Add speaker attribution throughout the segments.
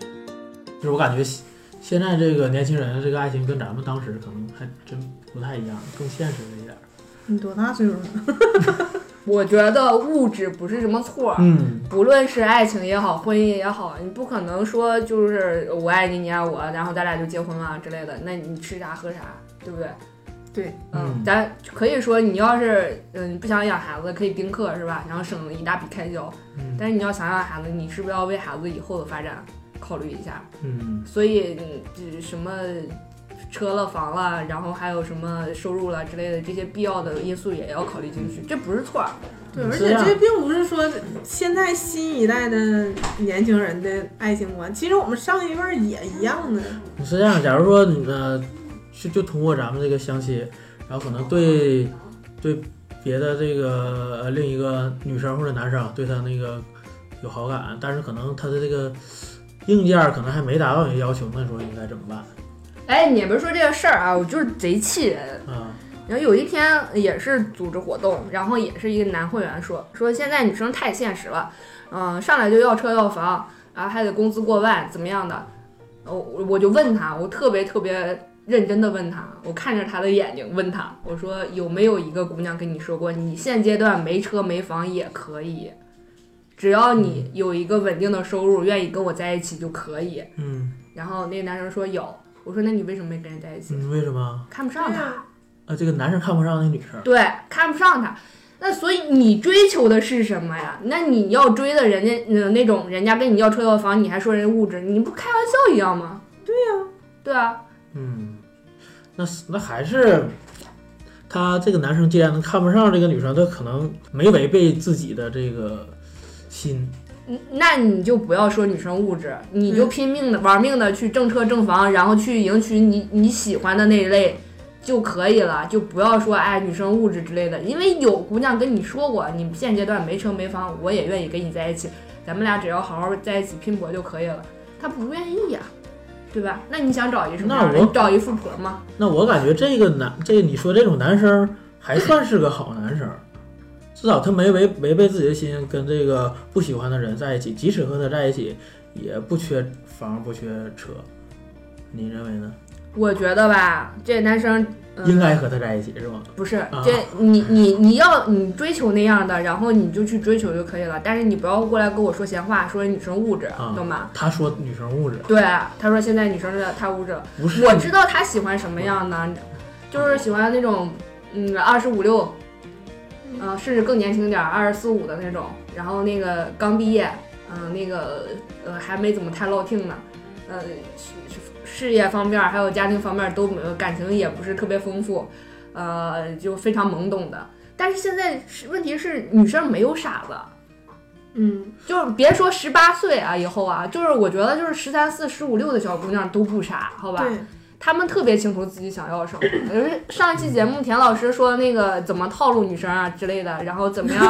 Speaker 1: 就是我感觉现现在这个年轻人的这个爱情跟咱们当时可能还真不太一样，更现实了一点儿。
Speaker 2: 你多大岁数了？
Speaker 3: 我觉得物质不是什么错儿，
Speaker 1: 嗯，
Speaker 3: 不论是爱情也好，婚姻也好，你不可能说就是我爱你，你爱我，然后咱俩就结婚啊了之类的。那你吃啥喝啥，对不对？
Speaker 2: 对，
Speaker 3: 嗯
Speaker 1: 嗯，
Speaker 3: 咱可以说你要是嗯不想养孩子，可以丁克是吧？然后省了一大笔开销。
Speaker 1: 嗯
Speaker 3: 但是你要想养孩子，你是不是要为孩子以后的发展考虑一下？
Speaker 1: 嗯
Speaker 3: 所以嗯这什么车了、房了，然后还有什么收入了之类的这些必要的因素也要考虑进去，这不是错儿。
Speaker 2: 对，
Speaker 1: 嗯
Speaker 2: 而
Speaker 1: 是
Speaker 2: 且
Speaker 1: 啊
Speaker 2: 这并不是说现在新一代的年轻人的爱情观，其实我们上一辈儿也一样的。
Speaker 1: 是这样，假如说你呃，就就通过咱们这个相亲，然后可能对对别的这个呃另一个女生或者男生对他那个有好感，但是可能他的这个硬件儿可能还没达到你的要求，那时候应该怎么办
Speaker 3: 哎，你别说这个事儿啊，我就是贼气人。
Speaker 1: 啊？
Speaker 3: 然后有一天也是组织活动，然后也是一个男会员说说现在女生太现实了，嗯、上来就要车要房，然后还得工资过万怎么样的，我我就问他，我特别特别认真的问他，我看着他的眼睛问他，我说有没有一个姑娘跟你说过，你现阶段没车没房也可以，只要你有一个稳定的收入，愿意跟我在一起就可以。
Speaker 1: 嗯，
Speaker 3: 然后那个男生说有，我说那你为什么没跟人在一起？
Speaker 1: 嗯为什么？
Speaker 3: 看不上他。
Speaker 1: 啊，这个男生看不上那女生，
Speaker 3: 对，啊看不上他。那所以你追求的是什么呀？那你要追的人家嗯那种人家跟你要车要房，你还说人家物质，你不开玩笑一样吗？对啊呀、
Speaker 1: 嗯，那是那还是他这个男生既然能看不上这个女生，他可能没违背自己的这个心。
Speaker 3: 对啊，那你就不要说女生物质，你就拼命的、玩命的去挣车挣房，然后去迎娶你你喜欢的那一类就可以了，就不要说哎女生物质之类的，因为有姑娘跟你说过，你现阶段没车没房，我也愿意跟你在一起，咱们俩只要好好在一起拼搏就可以了。她不愿意呀、对吧？那你想找一个什么样的
Speaker 1: 那我
Speaker 3: 人？找一富婆吗？
Speaker 1: 那我感觉这个男，这个你说这种男生还算是个好男生，至少他没违违背自己的心，跟这个不喜欢的人在一起，即使和他在一起，也不缺房，不缺车。你认为呢？
Speaker 3: 我觉得吧，这男生、嗯、
Speaker 1: 应该和他在一起是吗？
Speaker 3: 不是这你你你要你追求那样的，然后你就去追求就可以了。但是你不要过来跟我说闲话，说女生物质，
Speaker 1: 啊
Speaker 3: 懂吗？
Speaker 1: 他说女生物质
Speaker 3: 对，他说现在女生是太物质了。
Speaker 1: 不是
Speaker 3: 我知道他喜欢什么样的，就是喜欢那种嗯二十五六，嗯、甚至更年轻点儿，二十四五的那种。然后那个刚毕业，嗯、那个呃还没怎么太落听呢，呃事事业方面儿还有家庭方面儿都没有感情也不是特别丰富，呃就非常懵懂的。但是现在是问题是女生没有傻子，
Speaker 2: 嗯，
Speaker 3: 就是别说十八岁啊，以后啊，就是我觉得就是十三四、十五六的小姑娘都不傻，好吧？
Speaker 2: 对，
Speaker 3: 他们特别清楚自己想要什么。就是上一期节目，田老师说那个怎么套路女生啊之类的，然后怎么样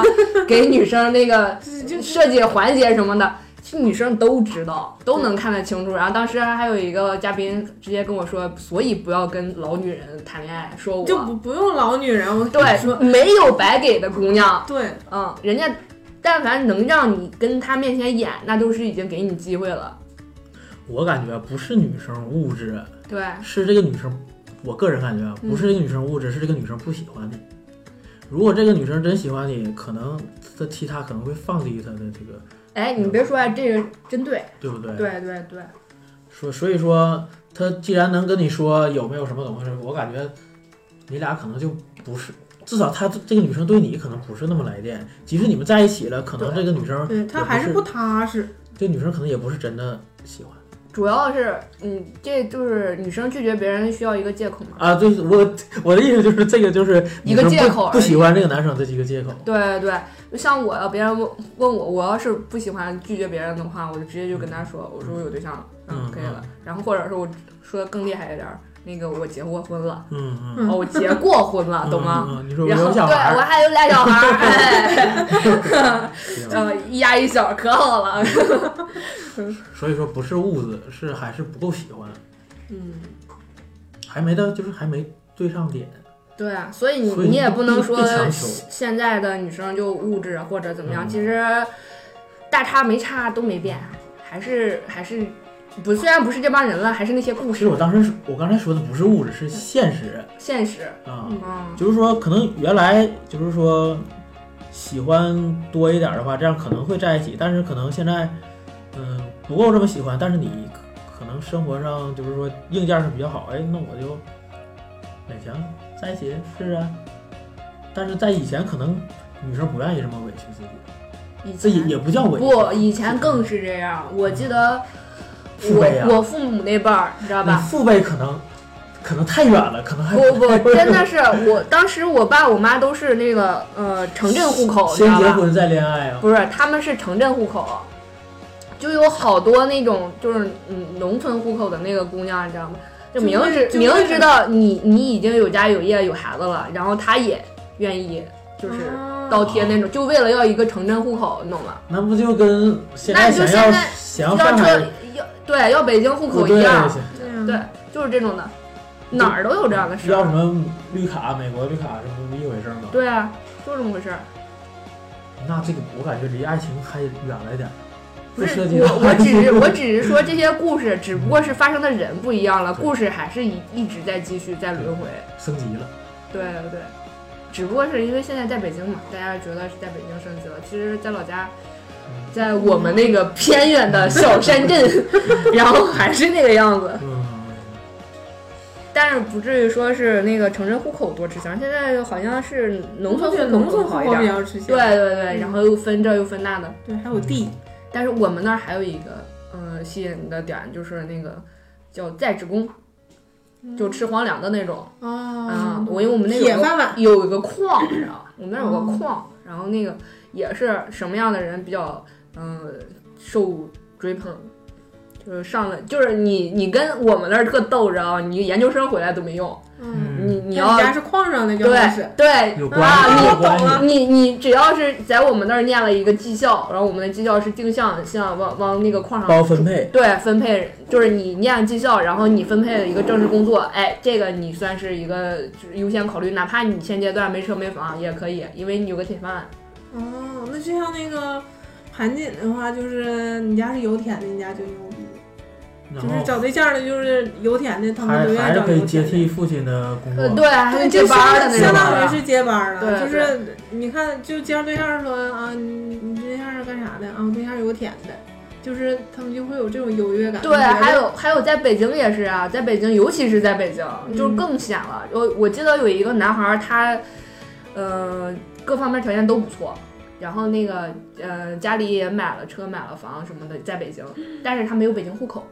Speaker 3: 给女生那个
Speaker 2: 这 就
Speaker 3: 设计环节什么的，其实女生都知道，都能看得清楚。然后当时还有一个嘉宾直接跟我说，所以不要跟老女人谈恋爱，说
Speaker 2: 就
Speaker 3: 我
Speaker 2: 不不用老女人，我跟你说
Speaker 3: 对没有白给的姑娘，
Speaker 2: 对，
Speaker 3: 嗯，人家但凡能让你跟她面前演，那都是已经给你机会了。
Speaker 1: 我感觉不是女生物质，啊
Speaker 3: 对，
Speaker 1: 是这个女生，我个人感觉啊，
Speaker 3: 嗯
Speaker 1: 不是这个女生物质，是这个女生不喜欢你。如果这个女生真喜欢你，可能她其他可能会放低她的这个，
Speaker 3: 哎，你别说啊，这个真对，
Speaker 1: 对不对？
Speaker 3: 对对对，
Speaker 1: 所所以说，她既然能跟你说有没有什么怎么回事，我感觉你俩可能就不是，至少她这个女生对你可能不是那么来电。即使你们在一起了，可能这个女生
Speaker 2: 对
Speaker 1: 也
Speaker 2: 她
Speaker 1: 不
Speaker 2: 还是
Speaker 1: 是
Speaker 2: 不踏实。
Speaker 1: 这女生可能也不是真的喜欢
Speaker 3: 主要是，嗯，这就是女生拒绝别人需要一个借口嘛。
Speaker 1: 啊。对，我 我的意思就是这个就是
Speaker 3: 一个
Speaker 1: 女生不
Speaker 3: 借口而已
Speaker 1: 不喜欢这个男生，这是一个借口。
Speaker 3: 对对，就像我要别人问问我，我要是不喜欢拒绝别人的话，我就直接就跟他说，我说我有对象了，
Speaker 1: 嗯
Speaker 3: 可以了。然后或者说我说的更厉害一点儿，那个我结过婚了，
Speaker 1: 嗯嗯。
Speaker 2: 嗯
Speaker 3: 哦，我结过婚了，啊懂吗？
Speaker 1: 嗯嗯嗯、你说我
Speaker 3: 然后
Speaker 1: 有
Speaker 3: 对
Speaker 1: 小孩
Speaker 3: 我
Speaker 1: 儿，
Speaker 3: 还有俩小孩儿，哎，
Speaker 1: 对吧
Speaker 3: 呃，一大一小，可好了。
Speaker 1: 嗯所以说不是物质，是还是不够喜欢，
Speaker 2: 嗯，
Speaker 1: 还没到，就是还没对上点。
Speaker 3: 对啊，所以
Speaker 1: 所以
Speaker 3: 你也不能说
Speaker 1: 不强求
Speaker 3: 现在的女生就物质或者怎么样，
Speaker 1: 嗯
Speaker 3: 啊其实大差没差都没变，还是还是不，虽然不是这帮人了，还是那些故
Speaker 1: 其实
Speaker 3: 事、
Speaker 1: 我当时说我刚才说的不是物质，是现实
Speaker 3: 现实。
Speaker 1: 啊，
Speaker 2: 嗯
Speaker 3: 嗯，
Speaker 1: 就是说可能原来就是说喜欢多一点的话，这样可能会在一起，但是可能现在嗯不够这么喜欢，但是你可能生活上就是说硬件上比较好，哎，那我就勉强在一起试试啊。但是在以前可能女生不愿意这么委屈自己，
Speaker 3: 以
Speaker 1: 这也
Speaker 3: 前
Speaker 1: 也不叫委屈，
Speaker 3: 不，以前更是这样。我记得
Speaker 1: 父辈啊
Speaker 3: 我我父母那辈儿，你知道
Speaker 1: 你
Speaker 3: 吧？
Speaker 1: 父辈可能可能太远了，可能还
Speaker 3: 不不，真的是我当时我爸我妈都是那个呃城镇户口，你知
Speaker 1: 先
Speaker 3: 道
Speaker 1: 结
Speaker 3: 吧？
Speaker 1: 婚再恋爱啊。
Speaker 3: 不是，他们是城镇户口，就有好多那种就是嗯农村户口的那个姑娘，你知道吗？就明知
Speaker 2: 就为
Speaker 3: 明
Speaker 2: 就为
Speaker 3: 知道你你已经有家有业有孩子了，然后她也愿意就是
Speaker 2: 啊
Speaker 3: 倒贴那种，就为了要一个城镇户口，你懂吗？
Speaker 1: 那不就跟现在
Speaker 3: 那就
Speaker 1: 想要
Speaker 3: 现在
Speaker 1: 想要
Speaker 3: 要
Speaker 1: 上
Speaker 3: 车
Speaker 1: 海
Speaker 3: 要对要北京户
Speaker 1: 不
Speaker 3: 口
Speaker 1: 对
Speaker 3: 一样，
Speaker 2: 对啊
Speaker 3: 对，就是这种的，哪儿都有这样的事
Speaker 1: 要什
Speaker 3: 儿。
Speaker 1: 么绿卡、美国绿卡，这不一回事儿吗？
Speaker 3: 对啊，就是这么回事儿。
Speaker 1: 那这个我感觉离爱情还远了一点儿，
Speaker 3: 不是
Speaker 1: 涉及到
Speaker 3: 我，我只是我只是说这些故事，只不过是发生的人不一样了，
Speaker 1: 对
Speaker 3: 故事还是一一直在继续在轮回。
Speaker 1: 升级了。
Speaker 3: 对对对，只不过是因为现在在北京嘛，大家觉得是在北京升级了，其实在老家，在我们那个偏远的小山镇， 然后还是那个样子，
Speaker 1: 嗯，
Speaker 3: 但是不至于说是那个城镇户口多吃香，现在好像是农村
Speaker 2: 我觉得
Speaker 3: 户口
Speaker 2: 农村
Speaker 3: 更
Speaker 2: 户
Speaker 3: 好一
Speaker 2: 口比
Speaker 3: 点。
Speaker 2: 较吃香，
Speaker 3: 对对对，
Speaker 2: 嗯
Speaker 3: 然后又分这又分那的，
Speaker 2: 对，还有地，
Speaker 3: 但是我们那儿还有一个嗯、呃吸引的点就是那个叫在职工。就吃皇粮的那种嗯啊
Speaker 2: 啊，，
Speaker 3: 我因为我们那
Speaker 2: 铁
Speaker 3: 有个
Speaker 2: 饭碗，
Speaker 3: 有一个矿，你知道吗？我们那儿有个
Speaker 2: 哦
Speaker 3: 矿，然后那个也是什么样的人比较嗯、呃受追捧，就是上了就是你你跟我们那儿特逗着啊，你研究生回来都没用，
Speaker 2: 嗯，
Speaker 3: 你你要
Speaker 2: 那家是矿上的，就
Speaker 3: 对
Speaker 2: 是
Speaker 3: 对。
Speaker 1: 有关
Speaker 3: 啊，
Speaker 1: 系，
Speaker 3: 你
Speaker 1: 有关系。
Speaker 3: 你你只要是在我们那儿念了一个技校，然后我们的技校是定向向往往那个矿上
Speaker 1: 包分配，
Speaker 3: 对，分配就是你念技校，然后你分配了一个正式工作，哎，这个你算是一个就是优先考虑，哪怕你现阶段没车没房也可以，因为你有个铁饭碗。
Speaker 2: 哦，那就像那个盘锦的话，就是你家是油田的，你家就牛逼，
Speaker 1: 然
Speaker 2: 就是
Speaker 1: 后
Speaker 2: 找对象的，就是油田的，他们
Speaker 1: 还
Speaker 2: 都愿
Speaker 1: 还
Speaker 2: 意
Speaker 1: 是
Speaker 2: 找
Speaker 1: 可以
Speaker 2: 油
Speaker 1: 接
Speaker 2: 田
Speaker 1: 替。
Speaker 2: 的
Speaker 1: 父亲的工
Speaker 3: 呃，
Speaker 1: 作。
Speaker 3: 对，还
Speaker 2: 对，
Speaker 3: 是
Speaker 2: 就
Speaker 3: 接
Speaker 2: 相
Speaker 3: 班的那种。啊
Speaker 2: 相当于
Speaker 3: 是吧
Speaker 2: 是接班儿了，
Speaker 3: 对
Speaker 2: 就是你看，就介绍对象说啊，你你对象是干啥的啊？我对象是油田的，就是他们就会有这种优越感。
Speaker 3: 对，还
Speaker 2: 有
Speaker 3: 有还有在北京也是啊，在北京，尤其是在北京，就是更显了。我我记得有一个男孩儿，他，呃，各方面条件都不错，然后那个呃，家里也买了车、买了房什么的，在北京，但是他没有北京户口。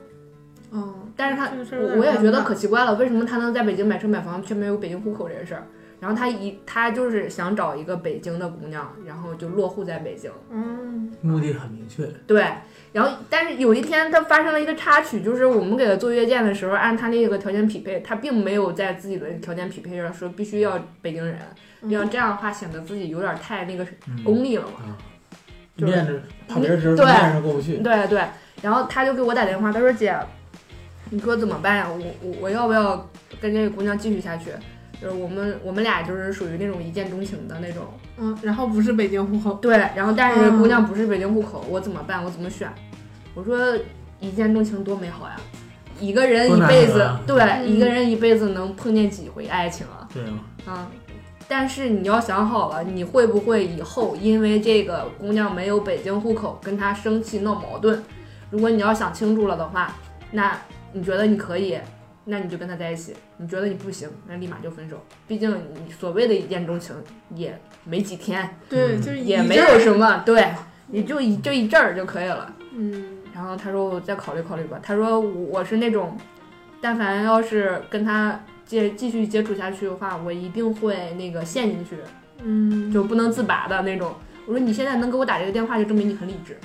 Speaker 2: 嗯，
Speaker 3: 但是他
Speaker 2: 这个事儿有
Speaker 3: 我
Speaker 2: 点
Speaker 3: 我也觉得
Speaker 2: 尴尬
Speaker 3: 可奇怪了，为什么他能在北京买车买房，却没有北京户口这个事儿？然后他一他就是想找一个北京的姑娘，然后就落户在北京。
Speaker 2: 嗯，
Speaker 1: 目的很明确，
Speaker 3: 对，然后但是有一天他发生了一个插曲，就是我们给他做阅卷的时候，按他那个条件匹配，他并没有在自己的条件匹配上说必须要北京人，
Speaker 2: 嗯
Speaker 3: 要这样的话显得自己有点太那个
Speaker 1: 嗯，
Speaker 3: only 了嘛。就是
Speaker 1: 面子怕别人知道
Speaker 3: 对
Speaker 1: 面上过不去，
Speaker 3: 对对，然后他就给我打电话，他说姐，你说怎么办呀？我我我要不要跟这个姑娘继续下去？就是我们我们俩就是属于那种一见钟情的那种。
Speaker 2: 嗯，然后不是北京户口，
Speaker 3: 对，然后但是
Speaker 2: 嗯
Speaker 3: 姑娘不是北京户口，我怎么办？我怎么选？我说一见钟情多美好呀，一个人
Speaker 1: 多
Speaker 3: 一
Speaker 1: 难
Speaker 3: 辈
Speaker 1: 得
Speaker 3: 子
Speaker 1: 啊，
Speaker 3: 对，一个
Speaker 2: 嗯
Speaker 3: 人一辈子能碰见几回爱情啊？
Speaker 1: 对 吗？
Speaker 3: 啊，但是你要想好了，你会不会以后因为这个姑娘没有北京户口，跟她生气闹矛盾？如果你要想清楚了的话，那你觉得你可以，那你就跟她在一起；你觉得你不行，那立马就分手。毕竟你所谓的一见钟情也没几天，
Speaker 2: 对，
Speaker 1: 嗯
Speaker 2: 就是
Speaker 3: 也
Speaker 2: 一
Speaker 3: 没
Speaker 2: 阵儿
Speaker 3: 有什么，对，你就一就一阵儿就可以了。
Speaker 2: 嗯，
Speaker 3: 然后他说我再考虑考虑吧。他说我是那种，但凡要是跟他接继续接触下去的话，我一定会那个陷进去，
Speaker 2: 嗯，
Speaker 3: 就不能自拔的那种。我说你现在能给我打这个电话，就证明你很理智，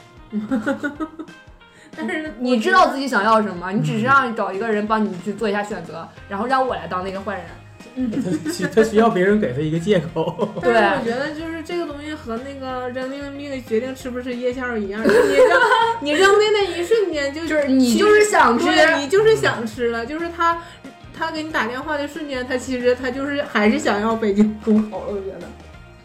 Speaker 2: 但是
Speaker 3: 你知道自己想要什么，你只是让找一个人帮你去做一下选择，然后让我来当那个坏人。
Speaker 1: 他需他需要别人给他一个借口，
Speaker 2: 但是我
Speaker 3: 对
Speaker 2: 觉得就是这个东西和那个扔那个命的决定吃不吃夜宵一 样，就是你扔你扔的那一瞬间就
Speaker 3: 就是你就是想吃，
Speaker 2: 对你就是想吃了，就是他他给你打电话的瞬间，他其实他就是还是想要北京户口了，我觉得，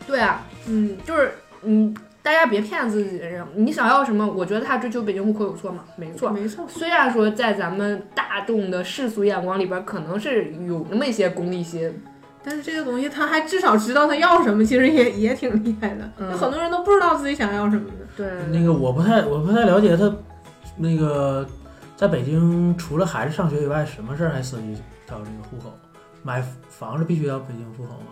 Speaker 3: 对啊，
Speaker 2: 嗯，
Speaker 3: 就是你大家别骗自己人。你想要什么？我觉得他追求北京户口有错吗？没错。
Speaker 2: 没错，
Speaker 3: 虽然说在咱们大众的世俗眼光里边，可能是有那么一些功利心，
Speaker 2: 但是这个东西他还至少知道他要什么，其实也也挺厉害的。
Speaker 3: 嗯
Speaker 2: 有很多人都不知道自己想要什么的。
Speaker 3: 对，
Speaker 1: 那个我不太我不太了解他，那个在北京除了孩子上学以外，什么事儿还涉及到这个户口？买房是必须要北京户口吗？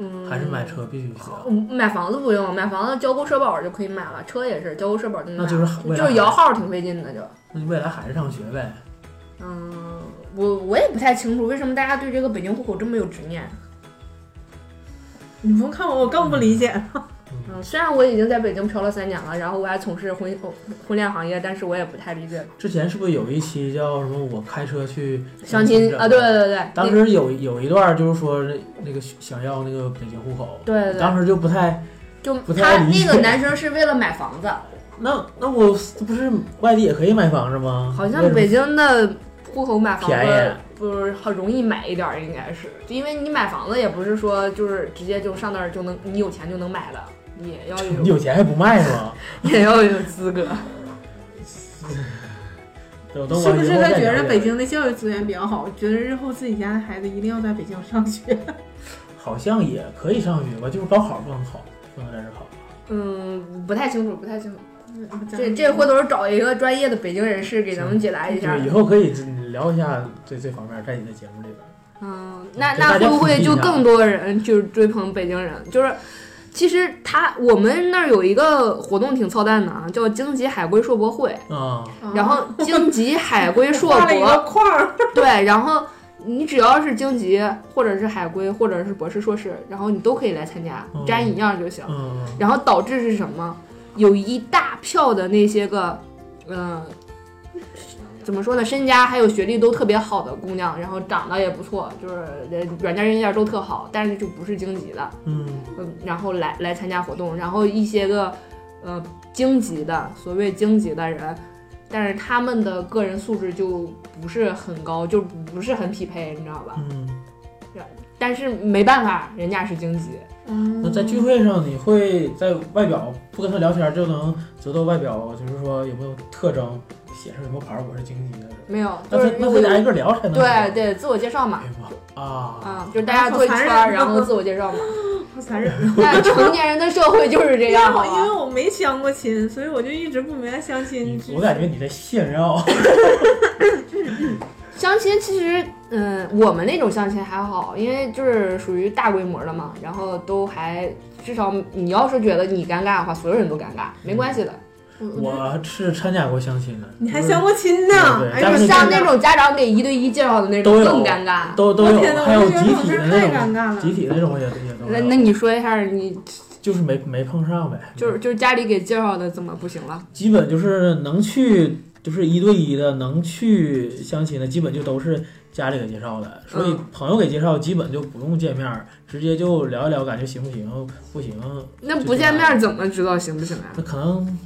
Speaker 3: 嗯，
Speaker 1: 还是买车必须需要？
Speaker 3: 嗯？买房子不用，买房子交够社保就可以买了，车也是交够社保就
Speaker 1: 那
Speaker 3: 能买了，
Speaker 1: 就是
Speaker 3: 就
Speaker 1: 未来
Speaker 3: 是摇号挺费劲的就。
Speaker 1: 那就未来孩子上学呗。
Speaker 3: 嗯，我我也不太清楚为什么大家对这个北京户口这么有执念。
Speaker 2: 你不看我，我更不理解。
Speaker 3: 嗯，虽然我已经在北京漂了三年了，然后我还从事婚哦婚恋行业，但是我也不太理解
Speaker 1: 之前是不是有一期叫什么？我开车去
Speaker 3: 相亲
Speaker 1: 这
Speaker 3: 啊，对对对，
Speaker 1: 当时有有一段就是说那那个想要那个北京户口，
Speaker 3: 对对对
Speaker 1: 当时就不太
Speaker 3: 就
Speaker 1: 不太
Speaker 3: 他
Speaker 1: 理
Speaker 3: 那
Speaker 1: 解
Speaker 3: 个男生是为了买房子，
Speaker 1: 那那我不是外地也可以买房子吗？
Speaker 3: 好
Speaker 1: 为
Speaker 3: 像
Speaker 1: 什
Speaker 3: 北京的户口买房
Speaker 1: 便宜
Speaker 3: 子不是很容易买一点儿，应该是，因为你买房子也不是说就是直接就上那儿就能，你有钱就能买的，也
Speaker 2: 哎
Speaker 3: 要
Speaker 1: 么你
Speaker 3: 有
Speaker 1: 有钱还不卖 吗？
Speaker 3: 也要有资格。
Speaker 1: 等
Speaker 3: 嗯
Speaker 1: 等
Speaker 2: 是
Speaker 1: 我
Speaker 2: 不是
Speaker 1: 以后
Speaker 2: 他
Speaker 1: 再
Speaker 2: 觉
Speaker 1: 了
Speaker 2: 得
Speaker 1: 解
Speaker 2: 北京的教育资源比较好？觉得日后自己家的孩子一定要在北京上学？
Speaker 1: 好像也可以上学吧，就是高考不能考，不能在这考。
Speaker 3: 嗯，不太清楚，不太清楚。这
Speaker 2: 这
Speaker 3: 这回头儿找一个专业的北京人士给咱们解答一下
Speaker 1: 就。以后可以聊一下这这方面，在你的节目里边。
Speaker 3: 嗯，那
Speaker 1: 给
Speaker 3: 那
Speaker 1: 大
Speaker 3: 会
Speaker 1: 家
Speaker 3: 不
Speaker 1: 普
Speaker 3: 会
Speaker 1: 及一
Speaker 3: 就
Speaker 1: 下
Speaker 3: 更多人就是追捧北京人？就是其实他我们那儿有一个活动挺操蛋的啊，叫京籍海归硕博会。
Speaker 1: 啊、
Speaker 2: 嗯
Speaker 3: 然后京籍海归硕
Speaker 2: 哦画了一
Speaker 3: 博，
Speaker 2: 个框儿，
Speaker 3: 对，然后你只要是京籍或者是海归或者是博士硕士，然后你都可以来参加，
Speaker 1: 嗯
Speaker 3: 沾一样就行。
Speaker 1: 嗯，嗯
Speaker 3: 然后导致是什么？有一大票的那些个，呃，怎么说呢，身家还有学历都特别好的姑娘，然后长得也不错，就是呃软件硬件都特好，但是就不是京籍的，
Speaker 1: 嗯，
Speaker 3: 嗯，然后来来参加活动，然后一些个呃京籍的所谓京籍的人，但是他们的个人素质就不是很高，就不是很匹配，你知道吧？
Speaker 1: 嗯，
Speaker 3: 但是没办法，人家是京籍，嗯
Speaker 1: 那在
Speaker 2: 嗯
Speaker 1: 聚会上，你会在外表不跟他聊天就能知道外表，就是说有没有特征，写上什么牌儿，我是经济的人。
Speaker 3: 没有，
Speaker 1: 那
Speaker 3: 就
Speaker 1: 非
Speaker 3: 是
Speaker 1: 那非得挨个聊才能。
Speaker 3: 对。对，自我介绍嘛
Speaker 1: 哎，呀妈啊！
Speaker 3: 啊，就是大家坐一圈儿，然后自我介绍 嘛。
Speaker 2: 好残忍。
Speaker 3: 但成年人的社会就是这
Speaker 2: 因为
Speaker 3: 样，啊好
Speaker 2: 我 因为
Speaker 3: 吧？
Speaker 2: 我没相过亲，所以我就一直不明白相亲
Speaker 1: 你。我感觉你在炫耀。
Speaker 3: 相亲其实，嗯，我们那种相亲还好，因为就是属于大规模的嘛，然后都还至少你要是觉得你尴尬的话，所有人都尴尬，没关系的。
Speaker 1: 我是参加过相亲的。
Speaker 2: 嗯你还
Speaker 1: 就是
Speaker 2: 相过亲呢
Speaker 1: 对对？
Speaker 2: 哎
Speaker 1: 嗯但
Speaker 2: 呦，
Speaker 1: 是
Speaker 3: 像
Speaker 2: 像
Speaker 3: 那种家长给一对一介绍的那
Speaker 1: 都
Speaker 3: 种
Speaker 1: 有
Speaker 3: 更尴尬。
Speaker 1: 都都
Speaker 2: 我
Speaker 1: 有
Speaker 2: 天，哪，
Speaker 1: 还有
Speaker 2: 我觉得
Speaker 1: 集
Speaker 2: 这种
Speaker 1: 体
Speaker 2: 事
Speaker 1: 的
Speaker 2: 儿
Speaker 1: 那
Speaker 2: 太
Speaker 1: 种，
Speaker 2: 尴尬了。
Speaker 1: 集体那种也也都
Speaker 3: 那
Speaker 1: 有
Speaker 3: 那你说一下，你
Speaker 1: 就是没没碰上呗。
Speaker 3: 就是就是家里给介绍的怎么不行了？
Speaker 1: 基本就是能去，就是一对一的能去相亲的，基本就都是家里给介绍的，所以
Speaker 3: 嗯
Speaker 1: 朋友给介绍基本就不用见面儿，直接就聊一聊，感觉行不行？不行，
Speaker 3: 那不见面怎么知道行不行啊？
Speaker 1: 那可能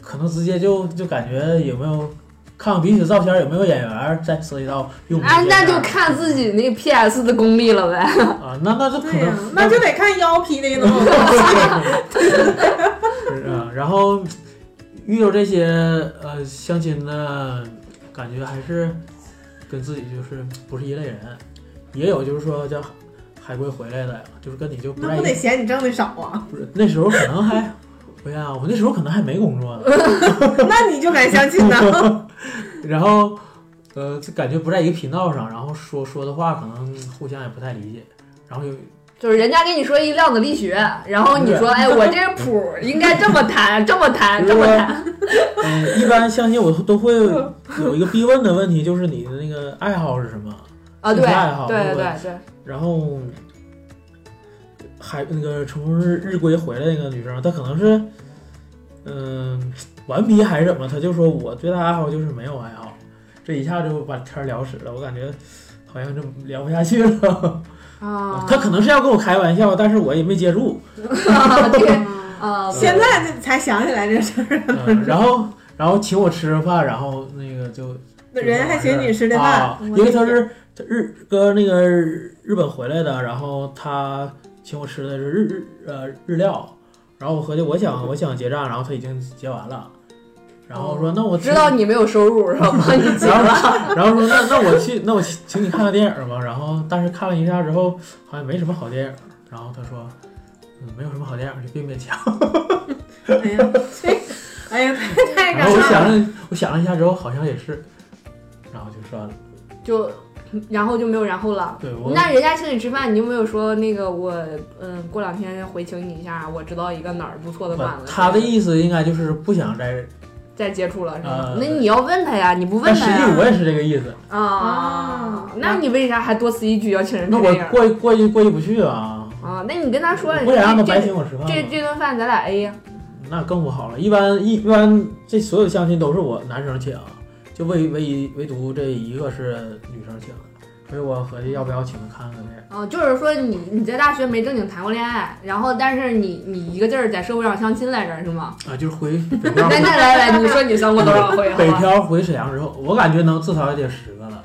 Speaker 1: 可能直接就就感觉有没有看看彼此照片儿有没有眼缘儿，再涉及到用不用
Speaker 3: 啊，
Speaker 1: 见
Speaker 3: 那
Speaker 1: 面
Speaker 3: 就
Speaker 1: 儿
Speaker 3: 看自己那个 PS 的功力了呗。
Speaker 1: 啊，那那就可
Speaker 2: 对呀
Speaker 1: 能，
Speaker 2: 那就得看腰劈的 呢。
Speaker 1: 是啊，然后遇到这些呃相亲的感觉还是跟自己就是不是一类人，也有就是说叫海归回来的，就是跟你就不
Speaker 2: 那
Speaker 1: 在
Speaker 2: 不
Speaker 1: 一
Speaker 2: 得
Speaker 1: 起。
Speaker 2: 嫌你挣的少啊？
Speaker 1: 不是那时候可能还，哎呀，我那时候可能还没工作呢，
Speaker 2: 那你就敢相亲呢？
Speaker 1: 然后呃就感觉不在一个频道上，然后说说的话可能互相也不太理解，然后有
Speaker 3: 就是人家跟你说一量子力学，然后你说，哎，我这个谱儿应该这么弹，这么弹，
Speaker 1: 比
Speaker 3: 这
Speaker 1: 如
Speaker 3: 么
Speaker 1: 说
Speaker 3: 弹。
Speaker 1: 嗯，一般相亲我都会有一个必问的问题，就是你的那个爱好是什么。
Speaker 3: 啊，对，
Speaker 1: 兴趣爱好
Speaker 3: 对对
Speaker 1: 对不对
Speaker 3: 对对，
Speaker 1: 然后海那个从日日归回来那个女生，她可能是嗯、顽皮还是怎么，她就说我对她爱好就是没有爱好，这一下就把天儿聊死了，我感觉。好像就聊不下去了。
Speaker 3: 啊，
Speaker 1: 她可能是要跟我开玩笑，但是我也没接住。
Speaker 3: 啊 对啊，
Speaker 1: 对
Speaker 2: 现在这才想起来这事儿，
Speaker 1: 嗯然后，然后请我吃饭，然后那个就
Speaker 2: 那人还请你吃的饭
Speaker 1: 啊，，
Speaker 2: 我
Speaker 1: 因为他
Speaker 2: 理解
Speaker 1: 是他日哥那个日本回来的，然后他请我吃的是日日呃日料，然后我合计，我想我想结账，然后他已经结完了，然后说那我请
Speaker 3: 哦知道你没有收 入，然后帮你结了。
Speaker 1: 然后说那那我去，那我请请你看个电影吧。然后但是看了一下之后，好像没什么好电影。然后他说，嗯，没有什么好电影，就别勉强。
Speaker 2: 哎呀，这，哎呀，太
Speaker 1: 然
Speaker 2: 感
Speaker 1: 后我
Speaker 2: 伤了。
Speaker 1: 想了，我想了一下之后，好像也是，然后就算了。
Speaker 3: 就然后就没有然后了。
Speaker 1: 对我，
Speaker 3: 那人家请你吃饭，你有没有说那个我嗯过两天回请你一下，我知道一个哪儿不错的馆
Speaker 1: 我
Speaker 3: 子。
Speaker 1: 他的意思应该就是不想再，
Speaker 3: 再接触了是吗
Speaker 1: 呃？
Speaker 3: 那你要问他呀，你不问
Speaker 1: 但实
Speaker 3: 他
Speaker 1: 际
Speaker 3: 呀
Speaker 1: 我也是这个意思。
Speaker 3: 啊
Speaker 2: 啊？
Speaker 3: 那你为啥还多此一举要请人
Speaker 1: 那
Speaker 3: 吃
Speaker 1: 我
Speaker 3: 电影
Speaker 1: 过意过意过意不去啊，
Speaker 3: 啊？那你跟他说，
Speaker 1: 我不想让他白
Speaker 3: 这
Speaker 1: 请我啊吃饭
Speaker 3: 这
Speaker 1: 嘛。
Speaker 3: 这顿饭咱俩 A 呀。
Speaker 1: 那更不好了。一般一一般这所有的相亲都是我男生请，就唯唯唯独这一个是女生请，所以我合计要不要请她看看这？
Speaker 3: 啊，就是说你你在大学没正经谈过恋爱，然后但是你你一个劲儿在社会上相亲来着是吗？
Speaker 1: 啊，就是 回北
Speaker 3: 那
Speaker 1: 漂
Speaker 3: 那来来，你说你相过多少回？
Speaker 1: 北
Speaker 3: 好吧
Speaker 1: 漂回沈阳之后，我感觉能至少也得十个了，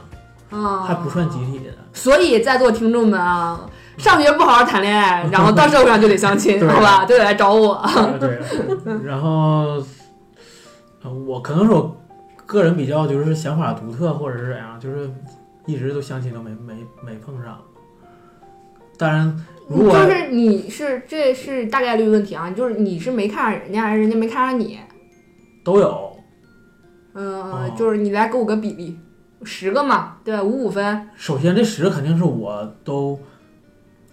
Speaker 3: 啊，
Speaker 1: 还不算集体的。
Speaker 3: 所以，在座听众们啊，上学不好好谈恋爱，然后到社会上就得 相亲，
Speaker 1: 对
Speaker 3: 好吧？就得来找我。
Speaker 1: 啊 对，然后呃我可能是我个人比较就是想法独特，或者是怎样，就是一直都相亲都没没没碰上。当然，如果
Speaker 3: 就是你是这是大概率问题啊，就是你是没看上人家，还是人家没看上你？
Speaker 1: 都有
Speaker 3: 嗯、
Speaker 1: 哦
Speaker 3: 就是你来给我个比例，十个嘛，对吧，五五分。
Speaker 1: 首先这十个肯定是我都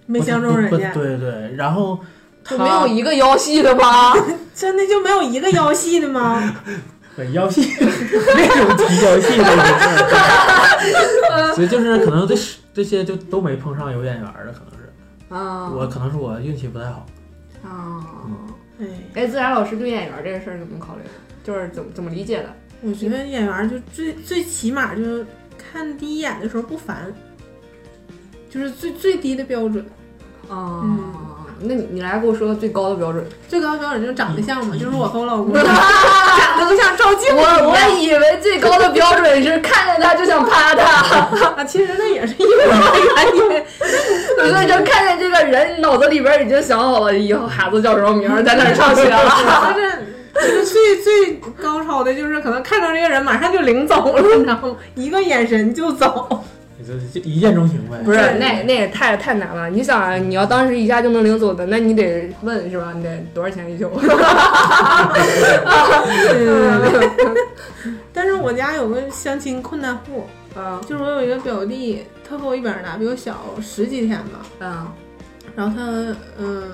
Speaker 2: 没相中人
Speaker 1: 不
Speaker 2: 家，
Speaker 1: 对对，然后他
Speaker 3: 就没有一个腰细 的吧？
Speaker 2: 真的就没有一个腰细的吗？
Speaker 1: 很腰细， 那种提腰细的那种，所以就是可能这十这些就都没碰上有眼缘儿的，可能是
Speaker 2: 哦
Speaker 3: 啊，
Speaker 1: 我可能是我运气不太好。
Speaker 3: 啊，
Speaker 2: 哎，
Speaker 3: 哎，自然老师对演员这个事儿怎么考虑的？就是怎么怎么理解的？
Speaker 2: 我觉得演员就最最起码就是看第一眼的时候不烦，就是最最低的标准。
Speaker 3: 啊、
Speaker 2: 嗯
Speaker 3: 那你你来给我说个最高的标 准。
Speaker 2: 最高标准就是长得像嘛，就是我和我老公。
Speaker 3: 长得都像照镜我我以为最高的标准是看见他就想啪他，
Speaker 2: 啊，其实那也是因为我原因。
Speaker 3: 所以就看见这个人脑子里边已经想好了以后孩子叫什么名儿，在哪儿上学 了。啊
Speaker 2: 但是就是最最高超的，就是可能看到这个人马上就领走了，你知道吗？一个眼神就走。
Speaker 1: 你这这一见钟情呗？
Speaker 3: 不是，那那也太太难了。你想，啊，你要当时一下就能领走的，那你得问是吧？你得多少钱一宿？
Speaker 2: 嗯，但是我家有个相亲困难户，
Speaker 3: 啊
Speaker 2: 就是我有一个表弟，他和我一边儿大，比我小十几天吧。
Speaker 3: 啊！
Speaker 2: 然后他，嗯、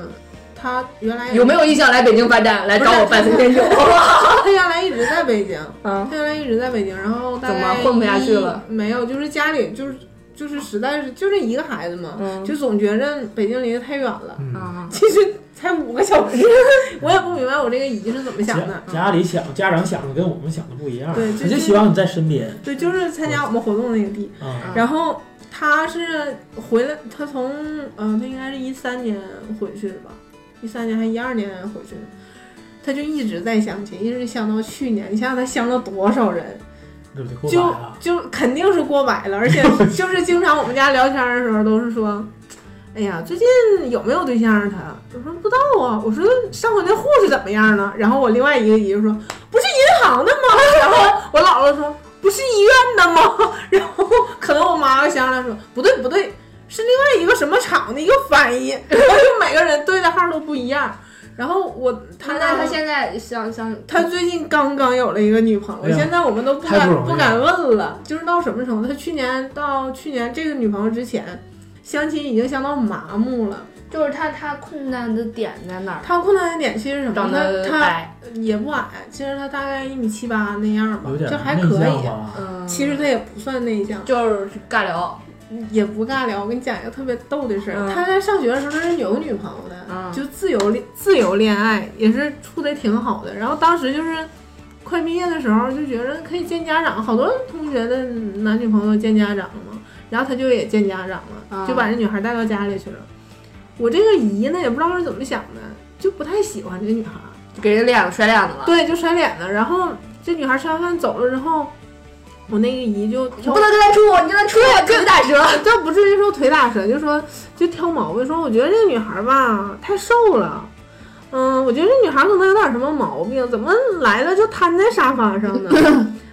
Speaker 2: 他原来
Speaker 3: 有没有意向来北京发展？来找我办三天 酒？
Speaker 2: 他原来一直在北京，
Speaker 3: 啊
Speaker 2: 他原来一直在北京，然后大
Speaker 3: 怎么
Speaker 2: 概
Speaker 3: 混不下去
Speaker 2: 一
Speaker 3: 了？
Speaker 2: 没有，就是家里就是就是实在是就这一个孩子嘛，
Speaker 3: 嗯
Speaker 2: 就总觉着北京离得太远了。
Speaker 1: 嗯，
Speaker 3: 啊
Speaker 2: 其实才五个小时，我也不明白我这个姨是怎么想
Speaker 1: 家
Speaker 2: 的。
Speaker 1: 家里想家长想的跟我们想的不一样，
Speaker 2: 对就
Speaker 1: 他就
Speaker 2: 就嗯
Speaker 1: 希望你在身边
Speaker 2: 对，就是参加我们活动那个地，
Speaker 1: 啊。
Speaker 2: 然后他是回来，他从嗯、他应该是一三年回去的吧，一三年还一二年回去的，他就一直在相亲，一直相到去年。你想想他相了多少人，
Speaker 1: 对不对？过
Speaker 2: 就
Speaker 1: 百了，
Speaker 2: 就肯定是过百了，而且就是经常我们家聊天的时候都是说。哎呀，最近有没有对象啊？他我说不知道啊。我说上回那护士怎么样了？然后我另外一个姨就说不是银行的吗？然后我姥姥说不是医院的吗？然后可能我妈想来说不对不对，是另外一个什么厂的一个翻译。然后就每个人对的号都不一样。然后我他
Speaker 3: 他那他现在想想
Speaker 2: 他最近刚刚有了一个女朋
Speaker 1: 哎
Speaker 2: 友，
Speaker 1: 呀
Speaker 2: 现在我们都不
Speaker 1: 太
Speaker 2: 敢
Speaker 1: 不容易了
Speaker 2: 敢问了，就是到什么程度？他去年到去年这个女朋友之前，相亲已经相到麻木了。
Speaker 3: 就是他他困难的点在哪儿？
Speaker 2: 他困难的点其实是什么
Speaker 3: 长？
Speaker 2: 他
Speaker 3: 得
Speaker 2: 他
Speaker 3: 矮，
Speaker 2: 也不矮，其实他大概一米七八那样吧
Speaker 1: 有，点
Speaker 2: 这还
Speaker 1: 内
Speaker 2: 可
Speaker 1: 向
Speaker 2: 以。
Speaker 1: 吧？
Speaker 3: 嗯，
Speaker 2: 其实他也不算内向，
Speaker 3: 就是尬聊，
Speaker 2: 也不尬聊。我跟你讲一个特别逗的事儿，
Speaker 3: 嗯
Speaker 2: 他在上学的时候他是有女朋友的，
Speaker 3: 嗯
Speaker 2: 就自由恋自由恋爱，也是处的挺好的。然后当时就是快毕业的时候，就觉得可以见家长，好多同学的男女朋友见家长嘛。然后他就也见家长
Speaker 3: 啊
Speaker 2: 了，就把这女孩带到家里去了。我这个姨呢，也不知道是怎么想的，就不太喜欢这女孩。
Speaker 3: 就给人脸子甩脸子了。
Speaker 2: 对，就甩脸了。然后这女孩吃完饭走了之后，我那个姨就
Speaker 3: 你不能跟他处，你跟他处也跟打折。
Speaker 2: 这不至于说腿打折，就说就挑毛病，说我觉得这个女孩吧太瘦了，嗯，我觉得这女孩可能有点什么毛病，怎么来了就瘫在沙发上呢？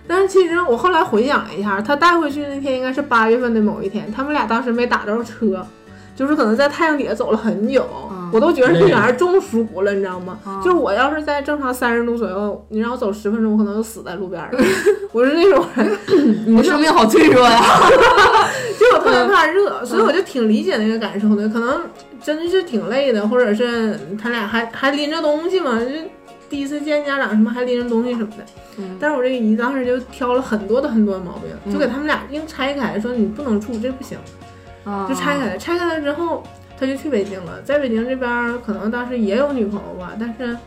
Speaker 2: 但是其实我后来回想一下，她带回去那天应该是八月份的某一天，他们俩当时没打着车，就是可能在太阳底下走了很久，
Speaker 3: 嗯
Speaker 2: 我都觉得这
Speaker 1: 累
Speaker 2: 女孩中暑了，你知道吗？
Speaker 3: 啊
Speaker 2: 就是我要是在正常三十度左右，你让我走十分钟，我可能就死在路边了。我是那种人，
Speaker 3: 你的生命好脆弱呀！
Speaker 2: 就我特别怕
Speaker 3: 嗯
Speaker 2: 热，所以我就挺理解那个感受的。可能真是挺累的，或者是他俩还还拎着东西嘛，就第一次见家长什么还拎着东西什么的。
Speaker 3: 嗯
Speaker 2: 但是我这个姨当时就挑了很多的很多毛病，就
Speaker 3: 嗯
Speaker 2: 给他们俩硬拆开，说你不能处，这不行，
Speaker 3: 啊嗯
Speaker 2: 就拆开了。拆开了之后，他就去北京了，在北京这边儿可能当时也有女朋友吧，但是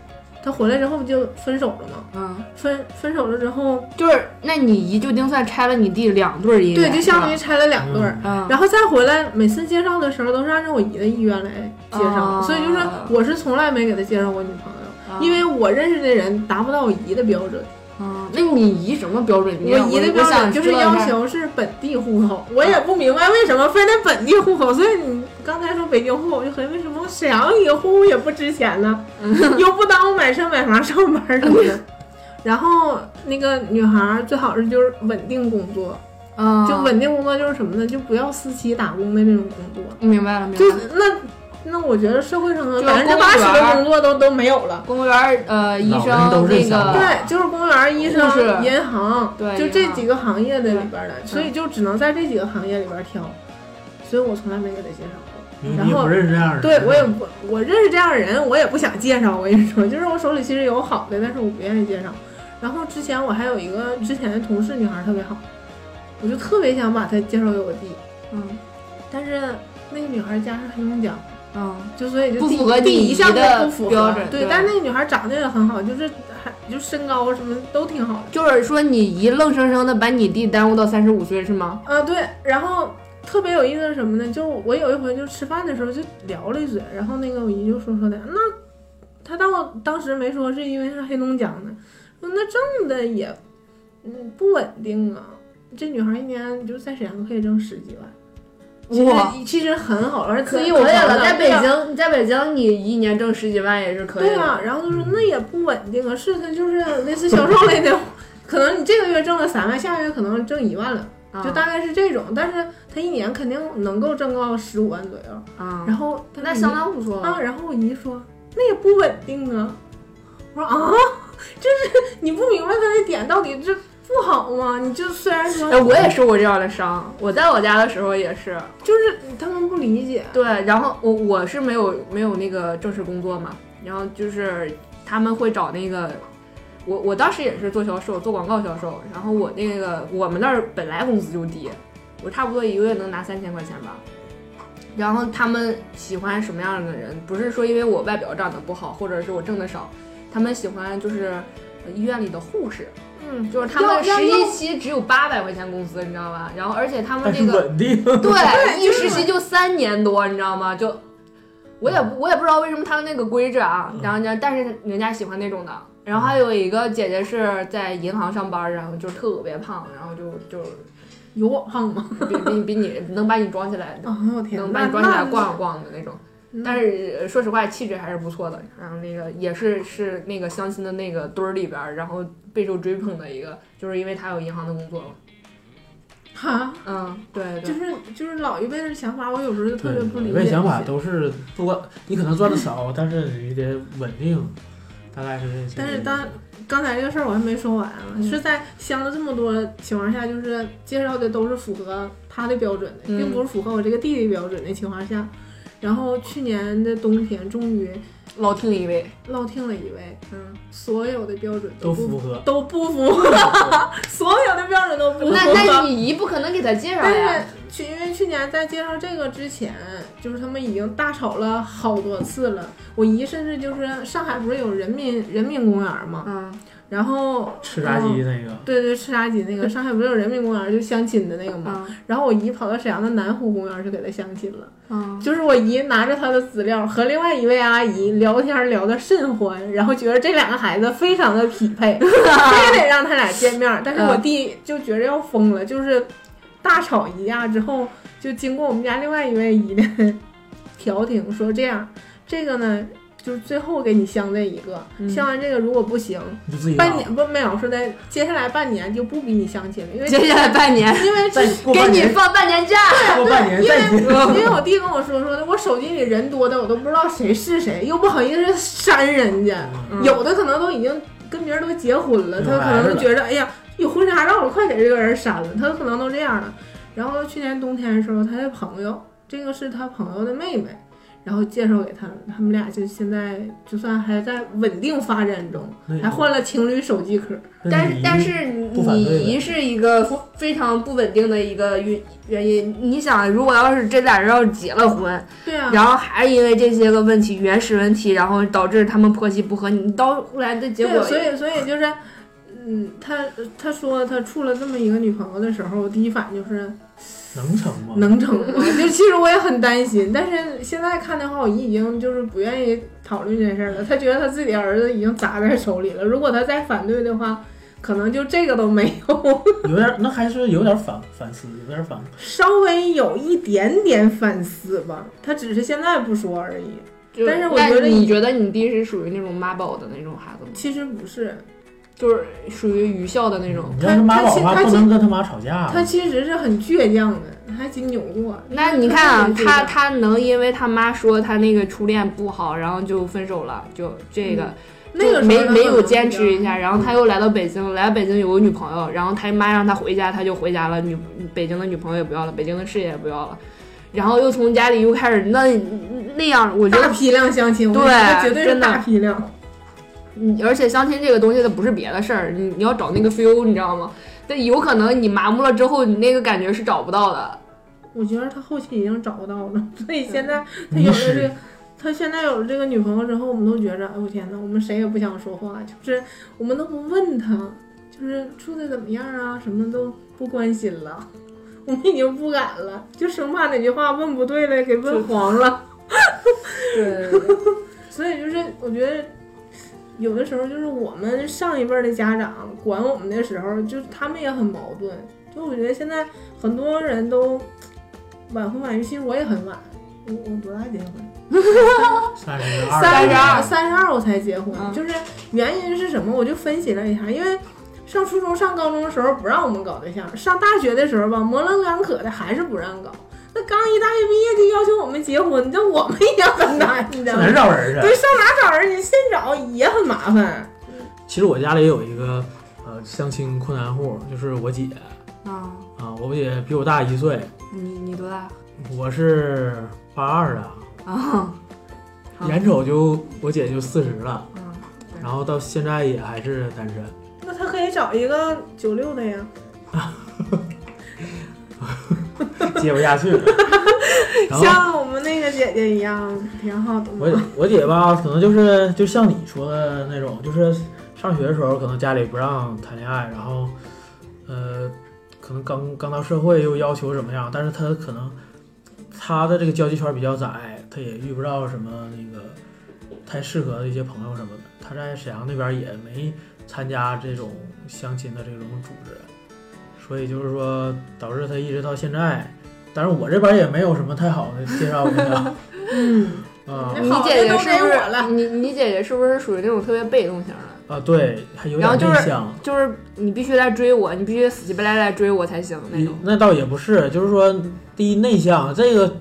Speaker 2: 他回来之后不就分手了嘛？
Speaker 3: 嗯，
Speaker 2: 分分手了之后，
Speaker 3: 就是那你姨就丁算拆了你弟两对儿姻缘，
Speaker 2: 对，就相当于
Speaker 3: 是
Speaker 2: 拆了两对儿。啊
Speaker 1: 嗯
Speaker 3: 吧嗯
Speaker 2: 然后再回来，每次介绍的时候都是按照我姨的意愿来介绍，
Speaker 3: 哦
Speaker 2: 所以就是我是从来没给他介绍过女朋友，
Speaker 3: 啊
Speaker 2: 因为我认识的人达不到我姨的标准。
Speaker 3: 嗯，那你姨什么标准？你
Speaker 2: 我
Speaker 3: 让
Speaker 2: 姨的
Speaker 3: 我
Speaker 2: 标准
Speaker 3: 想
Speaker 2: 就是
Speaker 3: 知道一
Speaker 2: 要
Speaker 3: 下啊
Speaker 2: 求是本地户口，我也不明白为什么非得本地户口。所以你刚才说北京户口，我就合计为什么沈阳一个户口也不值钱呢？
Speaker 3: 嗯
Speaker 2: 又不耽误买车买房上班什么的。然后那个女孩儿最好是就是稳定工作，
Speaker 3: 嗯，
Speaker 2: 就稳定工作就是什么呢？就不要私企打工的那种工作。
Speaker 3: 明白了，明白
Speaker 2: 就
Speaker 3: 了。
Speaker 2: 那那我觉得社会上可能
Speaker 3: 就
Speaker 2: 百分之八十
Speaker 3: 公务员
Speaker 2: 的工作都都没有了。
Speaker 3: 公务员儿呃，医
Speaker 1: 老
Speaker 3: 生
Speaker 1: 人都是
Speaker 3: 那
Speaker 1: 想
Speaker 3: 个
Speaker 1: 法
Speaker 2: 对，就是公务员、医生
Speaker 3: 护士、
Speaker 2: 银行，
Speaker 3: 对
Speaker 2: 就
Speaker 3: 银
Speaker 2: 这
Speaker 3: 行嗯
Speaker 2: 几个行业的里边儿的，所以就只能在这几个行业里边儿挑。所以我从来没给他介绍过。
Speaker 1: 你
Speaker 2: 然
Speaker 1: 你也
Speaker 2: 后
Speaker 1: 不认识这样的人，
Speaker 2: 对我也不，我认识这样的人，我也不想介绍。我跟你说，就是我手里其实有好的，但是我不愿意介绍。然后之前我还有一个之前的同事女孩儿特别好，我就特别想把她介绍给我弟，
Speaker 3: 嗯
Speaker 2: 但是那个女孩儿家是黑龙江。
Speaker 3: 嗯
Speaker 2: 就所以就
Speaker 3: 不
Speaker 2: 第
Speaker 3: 符合
Speaker 2: 第
Speaker 3: 你
Speaker 2: 一项就
Speaker 3: 的
Speaker 2: 不符合
Speaker 3: 标准
Speaker 2: 对，
Speaker 3: 对
Speaker 2: 但是那个女孩长得也很好，就是还就身高什么都挺好的。
Speaker 3: 就是说你姨愣生生的把你弟耽误到三十五岁是吗？
Speaker 2: 啊，对，然后特别有意思是什么呢？就我有一回就吃饭的时候就聊了一嘴，然后那个我姨就说说的，那她当我当时没说是因为是黑龙江的，说那挣的也嗯不稳定啊。这女孩一年就在沈阳可以挣十几万，其
Speaker 3: 哇，
Speaker 2: 实其实很好了，而且
Speaker 3: 可
Speaker 2: 自
Speaker 3: 以
Speaker 2: 己有房
Speaker 3: 了，
Speaker 2: 子
Speaker 3: 在
Speaker 2: 对
Speaker 3: 北
Speaker 2: 啊
Speaker 3: 京，在北京你一年挣十几万也是可以
Speaker 2: 对
Speaker 3: 的。
Speaker 2: 啊，然后就说那也不稳定啊，是他就是类似销售类的， 可能你这个月挣了三万，下个月可能挣一万了，
Speaker 3: 啊
Speaker 2: 就大概是这种。但是他一年肯定能够挣到十五万左右。
Speaker 3: 啊，
Speaker 2: 然后他
Speaker 3: 那
Speaker 2: 姨
Speaker 3: 相当不错了。
Speaker 2: 啊，然后我姨说那也不稳定啊，我说啊， 就是你不明白他的点到底这不好吗？你就虽然说
Speaker 3: 哎，我也受过这样的伤。我在我家的时候也是，
Speaker 2: 就是他们不理解，
Speaker 3: 对，然后我我是没有没有那个正式工作嘛，然后就是他们会找那个，我我当时也是做销售，做广告销售，然后我那个我们那儿本来工资就低，我差不多一个月能拿三千块钱吧。然后他们喜欢什么样的人？不是说因为我外表长得不好，或者是我挣的少，他们喜欢就是呃医院里的护士，
Speaker 2: 嗯，
Speaker 3: 就是他们
Speaker 2: 要
Speaker 3: 实
Speaker 2: 要
Speaker 3: 习期只有八百块钱工资，你知道吧？然后而且他们
Speaker 1: 但
Speaker 3: 那
Speaker 1: 是
Speaker 3: 个
Speaker 1: 稳定。
Speaker 3: 对，一
Speaker 2: 就是
Speaker 3: 实习就三年多，你知道吗？就我也不我也不知道为什么他们那个规制啊，
Speaker 2: 嗯
Speaker 3: 然后呢，但是人家喜欢那种的。然后还有一个姐姐是在银行上班，然后就特别胖，然后就就
Speaker 2: 有我胖吗？
Speaker 3: 比比比你能把你装 起来，
Speaker 2: 啊，我天，
Speaker 3: 能把
Speaker 2: 那
Speaker 3: 你装起来
Speaker 2: 那
Speaker 3: 逛一逛的那种。
Speaker 2: 嗯
Speaker 3: 但是呃说实话，气质还是不错的。然后那个也是是那个相亲的那个堆儿里边儿，然后备受追捧的一个，就是因为她有银行的工作嘛。
Speaker 2: 哈。
Speaker 3: 嗯，对
Speaker 2: 就
Speaker 3: 对，
Speaker 2: 是就是老一辈的想法，我有时候就特别不理
Speaker 1: 每
Speaker 2: 解。
Speaker 1: 个人想法都是，不管你可能赚的少，但是你得稳定，大概是这。
Speaker 2: 但是当刚才这个事儿我还没说完啊，
Speaker 3: 嗯
Speaker 2: 是在相了这么多情况下，就是介绍的都是符合他的标准的，
Speaker 3: 嗯
Speaker 2: 并不是符合我这个弟弟标准的情况下，然后去年的冬天终于
Speaker 3: 老听一 位，
Speaker 2: 落听了一位，
Speaker 3: 嗯。
Speaker 2: 所有的标准
Speaker 1: 都
Speaker 2: 不
Speaker 1: 符合。
Speaker 2: 都不符合， 所有的标准都不符合。
Speaker 3: 那那你姨不可能给他介绍
Speaker 2: 但
Speaker 3: 呀
Speaker 2: 是。去因为去年在介绍这个之前，就是他们已经大吵了好多次了。我姨甚至就是上海不是有人民人民公园嘛，
Speaker 3: 嗯
Speaker 2: 然后
Speaker 1: 吃炸鸡那个，
Speaker 2: 对对吃炸鸡那个，上海不是有人民公园就相亲的那个嘛，
Speaker 3: 嗯
Speaker 2: 然后我姨跑到沈阳的南湖公园去给他相亲了。
Speaker 3: 嗯，
Speaker 2: 就是我姨拿着她的资料和另外一位阿姨聊天聊得甚欢，然后觉得这两个孩子非常的匹 配，非得让他俩见面儿。但是我
Speaker 3: 嗯
Speaker 2: 弟就觉着要疯了，就是大吵一架之后，就经过我们家另外一位姨的调停，说这样，这个呢就是最后给你相这一个，
Speaker 3: 嗯
Speaker 2: 相完这个如果不行，
Speaker 1: 你就自己拉
Speaker 2: 半。年不没有说的，接下来半年就不逼你相亲了，因为
Speaker 3: 接下来半年
Speaker 2: 因为
Speaker 1: 再过
Speaker 3: 给
Speaker 1: 半
Speaker 3: 你
Speaker 1: 年，
Speaker 3: 放半年假，
Speaker 1: 过半年
Speaker 2: 因
Speaker 1: 再
Speaker 2: 为
Speaker 1: 结。
Speaker 2: 因为我弟跟我说说的，我手机里人多的我都不知道谁是谁，又不好意思删人家，
Speaker 3: 嗯
Speaker 2: 有的可能都已经跟别人都结婚了，
Speaker 1: 有
Speaker 2: 他可
Speaker 1: 孩子了
Speaker 2: 能觉着哎呀有婚纱照了，快给这个人删了，他可能都这样了。然后去年冬天的时候，他的朋友，这个是他朋友的妹妹，然后介绍给他们，他们俩就现在就算还在稳定发展中，
Speaker 1: 那
Speaker 2: 还换了情侣手机壳。
Speaker 1: 那
Speaker 3: 但是
Speaker 1: 你
Speaker 3: 但是
Speaker 1: 不反对呗
Speaker 3: 你姨是一个非常不稳定的一个原原因。你想，如果要是这俩人要是结了婚，
Speaker 2: 对啊，
Speaker 3: 然后还因为这些个问题、原始问题，然后导致他们婆媳不和，你到后来的结
Speaker 2: 对，
Speaker 3: 果，
Speaker 2: 所以所以就是，嗯，他他说他处了这么一个女朋友的时候，我第一反应就是
Speaker 1: 能成吗？
Speaker 2: 能成吗？就其实我也很担心，但是现在看的话，我姨已经就是不愿意讨论这件事儿了。她觉得她自己的儿子已经砸在手里了，如果她再反对的话，可能就这个都没有，
Speaker 1: 有点，那还是有点反反思，有点反。
Speaker 2: 稍微有一点点反思吧。她只是现在不说而已。
Speaker 3: 就
Speaker 2: 但是我
Speaker 3: 那
Speaker 2: 觉得
Speaker 3: 你
Speaker 2: 你
Speaker 3: 觉得你弟是属于那种妈宝的那种孩子吗？
Speaker 2: 其实不是，
Speaker 3: 就是属于愚孝的那种。
Speaker 1: 你要是妈宝的话，
Speaker 2: 他他
Speaker 1: 不能跟他妈吵架。
Speaker 2: 她其实是很倔强的，还金牛座。
Speaker 3: 那你看啊，
Speaker 2: 就是
Speaker 3: 他他能因为他妈说他那个初恋不好，然后就分手了，就这个、
Speaker 2: 嗯那个时候
Speaker 3: 就没
Speaker 2: 她
Speaker 3: 没
Speaker 2: 可
Speaker 3: 有
Speaker 2: 能
Speaker 3: 坚
Speaker 2: 比较
Speaker 3: 持一下，然后他又来到北京，来到北京有个女朋友，然后他妈让他回家，他就回家了，女北京的女朋友也不要了，北京的事业也不要了，然后又从家里又开始那那样，我觉
Speaker 2: 大
Speaker 3: 得
Speaker 2: 批量相亲，我跟你
Speaker 3: 对
Speaker 2: 说绝对是
Speaker 3: 真的
Speaker 2: 大批量。
Speaker 3: 你嗯而且相亲这个东西它不是别的事儿，你你要找那个 feel，你知道吗？ 但有可能你麻木了之后，你那个感觉是找不到的。
Speaker 2: 我觉得他后期已经找到
Speaker 3: 嗯
Speaker 2: 了，所以现在他有
Speaker 1: 迷
Speaker 2: 了这个
Speaker 1: 失，，
Speaker 2: 他现在有了这个女朋友之后，我们都觉着，哎我天呐，我们谁也不想说话，就是我们都不问他，就是处的怎么样啊，什么都不关心了，我们已经不敢了，就生怕哪句话问不对了，给问黄了。
Speaker 3: 对，
Speaker 2: 所以就是我觉得，有的时候就是我们上一辈儿的家长管我们的时候，就是他们也很矛盾。就我觉得现在很多人都晚婚晚育，其实我也很晚。我我多大结婚？
Speaker 1: 三十二，
Speaker 3: 三十二
Speaker 2: 啊三十二我才结婚。
Speaker 3: 嗯
Speaker 2: 就是原因是什么？我就分析了一下，因为上初中、上高中的时候不让我们搞对象，上大学的时候吧，模棱两可的还是不让搞。那刚一大学毕业就要求我们结婚，这我们也很难，你知道
Speaker 1: 上
Speaker 2: 吗
Speaker 1: 哪？儿找人去？
Speaker 2: 对，上哪找人去？先找也很麻烦。
Speaker 1: 其实我家里有一个呃相亲困难户，就是我姐
Speaker 3: 啊，
Speaker 1: 啊，我姐比我大一岁，
Speaker 3: 你你多大
Speaker 1: 我是八二的，
Speaker 3: 啊？啊
Speaker 1: 眼瞅就我姐就四十了，
Speaker 3: 嗯
Speaker 1: 然后到现在也还是单身。
Speaker 2: 那他可以找一个九六的呀。
Speaker 1: 接不下去了。 然后
Speaker 2: 像我们那个姐姐一样，挺好的
Speaker 1: 哦我
Speaker 2: 嘛。
Speaker 1: 姐我姐吧，可能就是就像你说的那种，就是上学的时候可能家里不让谈恋爱，然后呃，可能刚刚到社会又要求怎么样，但是她可能她的这个交际圈比较窄，她也遇不到什么那个太适合的一些朋友什么的。她在沈阳那边也没参加这种相亲的这种组织，所以就是说导致她一直到现在。但是我这边也没有什么太好的介绍对象
Speaker 2: 嗯，
Speaker 1: 啊
Speaker 2: 那
Speaker 3: 你
Speaker 2: 好的
Speaker 3: 姐姐
Speaker 2: 都
Speaker 3: 是
Speaker 2: 给
Speaker 3: 不
Speaker 2: 我了
Speaker 3: 是你你姐姐是不是属于那种特别被动型的？
Speaker 1: 啊，对，还有
Speaker 3: 然后
Speaker 1: 点
Speaker 3: 就
Speaker 1: 内
Speaker 3: 是
Speaker 1: 向。
Speaker 3: 就是你必须来追我，你必须死乞白赖来追我才行那
Speaker 1: 你
Speaker 3: 种。
Speaker 1: 嗯那倒也不是，就是说，第一内向这个，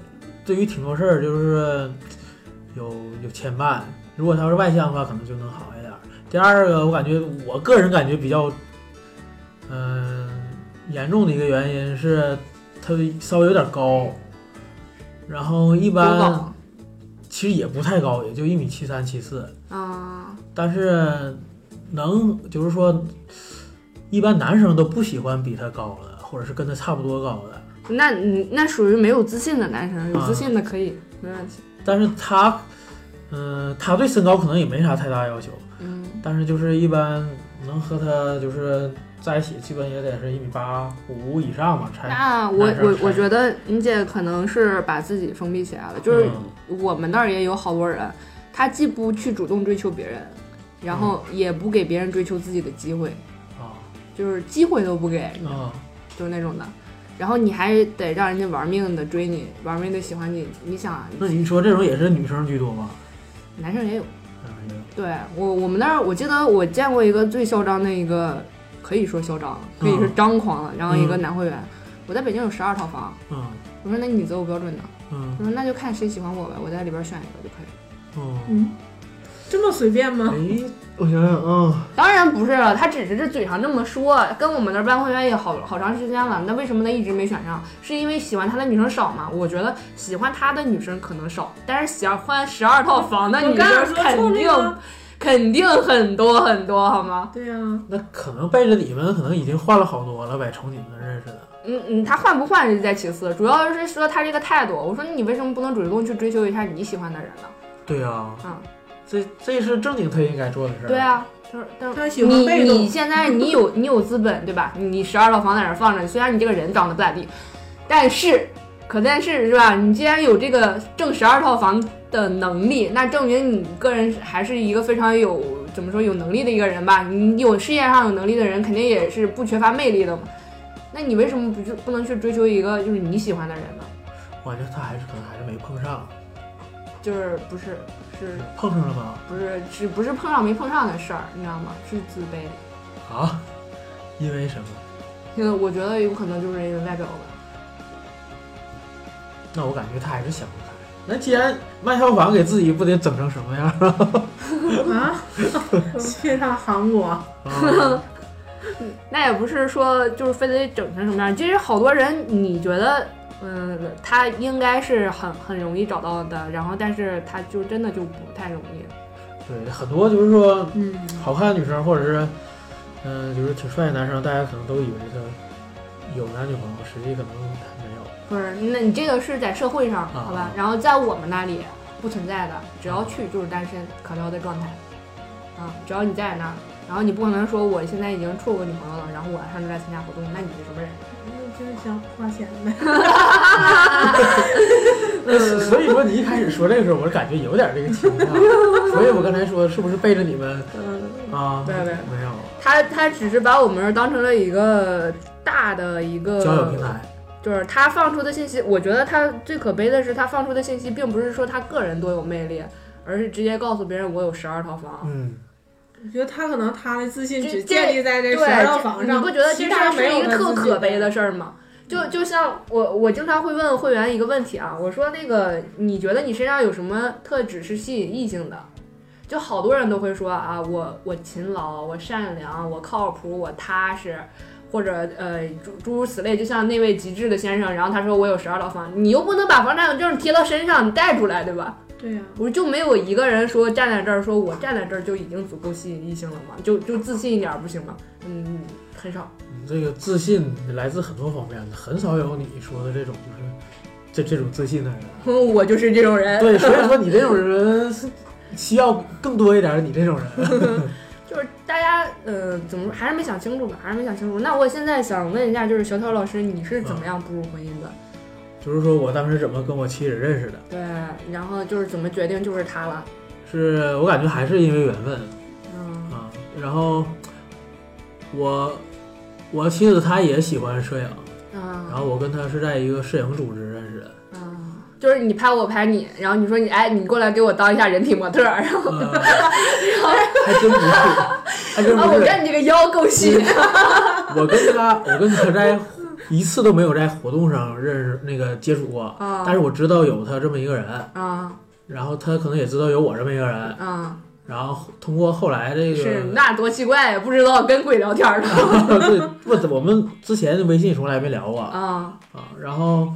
Speaker 1: 对于挺多事儿就是有有牵绊。如果他要是外向的话，可能就能好一点儿。第二个，我感觉我个人感觉比较，嗯、严重的一个原因是他稍微有点高，然后一
Speaker 3: 多
Speaker 1: 般
Speaker 3: 高
Speaker 1: 其实也不太高，也就一米七三七四。
Speaker 3: 啊？
Speaker 1: 但是能就是说，一般男生都不喜欢比他高的，或者是跟他差不多高的。
Speaker 3: 那你那属于没有自信的男生，有
Speaker 1: 啊
Speaker 3: 自信的可以，没问题。
Speaker 1: 但是他，嗯、他对身高可能也没啥太大要求，
Speaker 3: 嗯，
Speaker 1: 但是就是一般能和他就是在一起，基本也得是一米八五以上吧，才。
Speaker 3: 那我
Speaker 1: 男生
Speaker 3: 我
Speaker 1: 是
Speaker 3: 我觉得你姐可能是把自己封闭起来了，就是
Speaker 1: 嗯
Speaker 3: 我们那儿也有好多人，他既不去主动追求别人，然后也不给别人追求自己的机会，
Speaker 1: 嗯啊
Speaker 3: 就是机会都不给，
Speaker 1: 啊，
Speaker 3: 就是那种的。然后你还得让人家玩命的追你，玩命的喜欢你。你想啊，
Speaker 1: 那你说这种也是女生居多吧？
Speaker 3: 男生也有。
Speaker 1: 嗯，有
Speaker 3: 对我我们那儿，我记得我见过一个最嚣张的一个，可以说嚣张了，可以是张狂了。然后一个男会员，我在北京有十二套房，
Speaker 1: 嗯
Speaker 3: 我说那你择偶标准呢？
Speaker 1: 嗯
Speaker 3: 他说那就看谁喜欢我呗，我在里边选一个就可以了。
Speaker 1: 哦，
Speaker 2: 这么随便吗？
Speaker 1: 哎，我想想啊，
Speaker 3: 当然不是了，他只是这嘴上这么说，跟我们那儿办会员也好好长时间了。那为什么他一直没选上？是因为喜欢他的女生少吗？我觉得喜欢他的女生可能少，但是喜欢十二套房的
Speaker 2: 我
Speaker 3: 女
Speaker 2: 刚想
Speaker 3: 生
Speaker 2: 说
Speaker 3: 肯
Speaker 2: 冲
Speaker 3: 定
Speaker 2: 那个，
Speaker 3: 肯定很多很多，好吗？
Speaker 2: 对啊呀，
Speaker 1: 那可能背着你们，可能已经换了好多了呗，从你们那儿认识的。
Speaker 3: 嗯嗯，他换不换是在其次，主要是说他这个态度。我说你为什么不能主动去追求一下你喜欢的人呢？
Speaker 1: 对啊，
Speaker 3: 嗯
Speaker 1: 这这是正经他应该做的事儿。
Speaker 3: 对，啊，他说，但是
Speaker 2: 他喜欢
Speaker 3: 你
Speaker 2: 被
Speaker 3: 你
Speaker 2: 动，
Speaker 3: 现在你有你有资本对吧？你十二套房在那儿放着，虽然你这个人长得不咋地，但是可但是是吧？你既然有这个挣十二套房的能力，那证明你个人还是一个非常有怎么说有能力的一个人吧？你有事业上有能力的人，肯定也是不缺乏魅力的嘛。那你为什么不就不能去追求一个就是你喜欢的人呢？
Speaker 1: 我感觉他还是可能还是没碰上，
Speaker 3: 就是不是是
Speaker 1: 碰上了吗？
Speaker 3: 不是是不是碰上没碰上的事儿，你知道吗？是自卑。
Speaker 1: 啊，因为什么？
Speaker 3: 现在我觉得有可能就是因为外表吧。
Speaker 1: 那我感觉他还是想不开。那既然卖套房给自己，不得整成什么样啊？
Speaker 2: 啊， 去趟韩国，
Speaker 1: 啊
Speaker 3: 那也不是说就是非得整成什么样。其实好多人，你觉得，嗯，他应该是很很容易找到的，然后但是他就真的就不太容易。
Speaker 1: 对，很多就是说
Speaker 2: 嗯，
Speaker 1: 好看的女生，或者是嗯、呃就是挺帅的男生，大家可能都以为他有男女朋友，实际可能他没有。
Speaker 3: 不是，那你这个是在社会上，
Speaker 1: 啊
Speaker 3: 好吧？然后在我们那里不存在的，只要去就是单身可撩的状态，啊，只要你在那儿，然后你不可能说我现在已经处过女朋友了，然后我上这儿来参加活动，那你是什么人？
Speaker 2: 那就是想花钱呗。 嗯
Speaker 3: 嗯
Speaker 1: 所以说你一开始说这个时候，我感觉有点这个情况，所以我刚才说是不是背着你们
Speaker 2: 嗯
Speaker 1: 啊？
Speaker 3: 对对
Speaker 1: 没有
Speaker 3: 他他只是把我们这儿当成了一个大的一个
Speaker 1: 交友平台，
Speaker 3: 就是他放出的信息，我觉得他最可悲的是，他放出的信息并不是说他个人多有魅力，而是直接告诉别人我有十二套房。
Speaker 1: 嗯，
Speaker 2: 我觉得他可能他的自信
Speaker 3: 这
Speaker 2: 只
Speaker 3: 这
Speaker 2: 建立在这
Speaker 3: 对，
Speaker 2: 十二道房上，
Speaker 3: 你不觉得
Speaker 2: 其
Speaker 3: 这
Speaker 2: 实
Speaker 3: 事儿
Speaker 2: 没
Speaker 3: 是
Speaker 2: 有
Speaker 3: 一个
Speaker 2: 他
Speaker 3: 特
Speaker 2: 自己
Speaker 3: 可悲的事儿吗？就就像我，我经常会问会员一个问题啊，我说那个你觉得你身上有什么特质是吸引异性的？就好多人都会说啊，我我勤劳，我善良，我靠谱，我踏实，或者呃诸诸如此类，就像那位极致的先生，然后他说我有十二道房，你又不能把房产有证贴到身上，你带出来对吧？
Speaker 2: 对啊呀、
Speaker 3: 我就没有一个人说站在这儿说我站在这儿就已经足够吸引异性了嘛，就就自信一点儿不行吗？嗯，很少。
Speaker 1: 你这个自信来自很多方面，很少有你说的这种就是这这种自信的人。啊
Speaker 3: 我就是这种人，
Speaker 1: 对，所以说你这种人是需要更多一点，你这种人，啊
Speaker 3: 就是大家呃怎么说还是没想清楚吧，还是没想清楚。那我现在想问一下，就是小挑老师，你是怎么样步入婚姻的？
Speaker 1: 就是说我当时怎么跟我妻子认识的，
Speaker 3: 对，然后就是怎么决定就是他了？
Speaker 1: 是我感觉还是因为缘分，
Speaker 3: 嗯
Speaker 1: 啊，然后我我妻子她也喜欢摄影，然
Speaker 3: 啊
Speaker 1: 后我跟她是在一个摄影组织认识的，
Speaker 3: 啊，就是你拍我拍你，然后你说你哎你过来给我当一下人体模特儿，然后
Speaker 1: 呃还真不是，还真
Speaker 3: 啊
Speaker 1: 不
Speaker 3: 我
Speaker 1: 是，
Speaker 3: 看你这个腰够细，
Speaker 1: 我跟她我跟她在一次都没有在活动上认识那个接触过，
Speaker 3: 啊
Speaker 1: 但是我知道有她这么一个人，
Speaker 3: 啊
Speaker 1: 然后她可能也知道有我这么一个人，
Speaker 3: 啊，
Speaker 1: 然后通过后来这
Speaker 3: 是
Speaker 1: 个。
Speaker 3: 那多奇怪，不知道跟鬼聊天儿了
Speaker 1: 对，不，我们之前的微信从来没聊过啊，
Speaker 3: 啊
Speaker 1: 然后，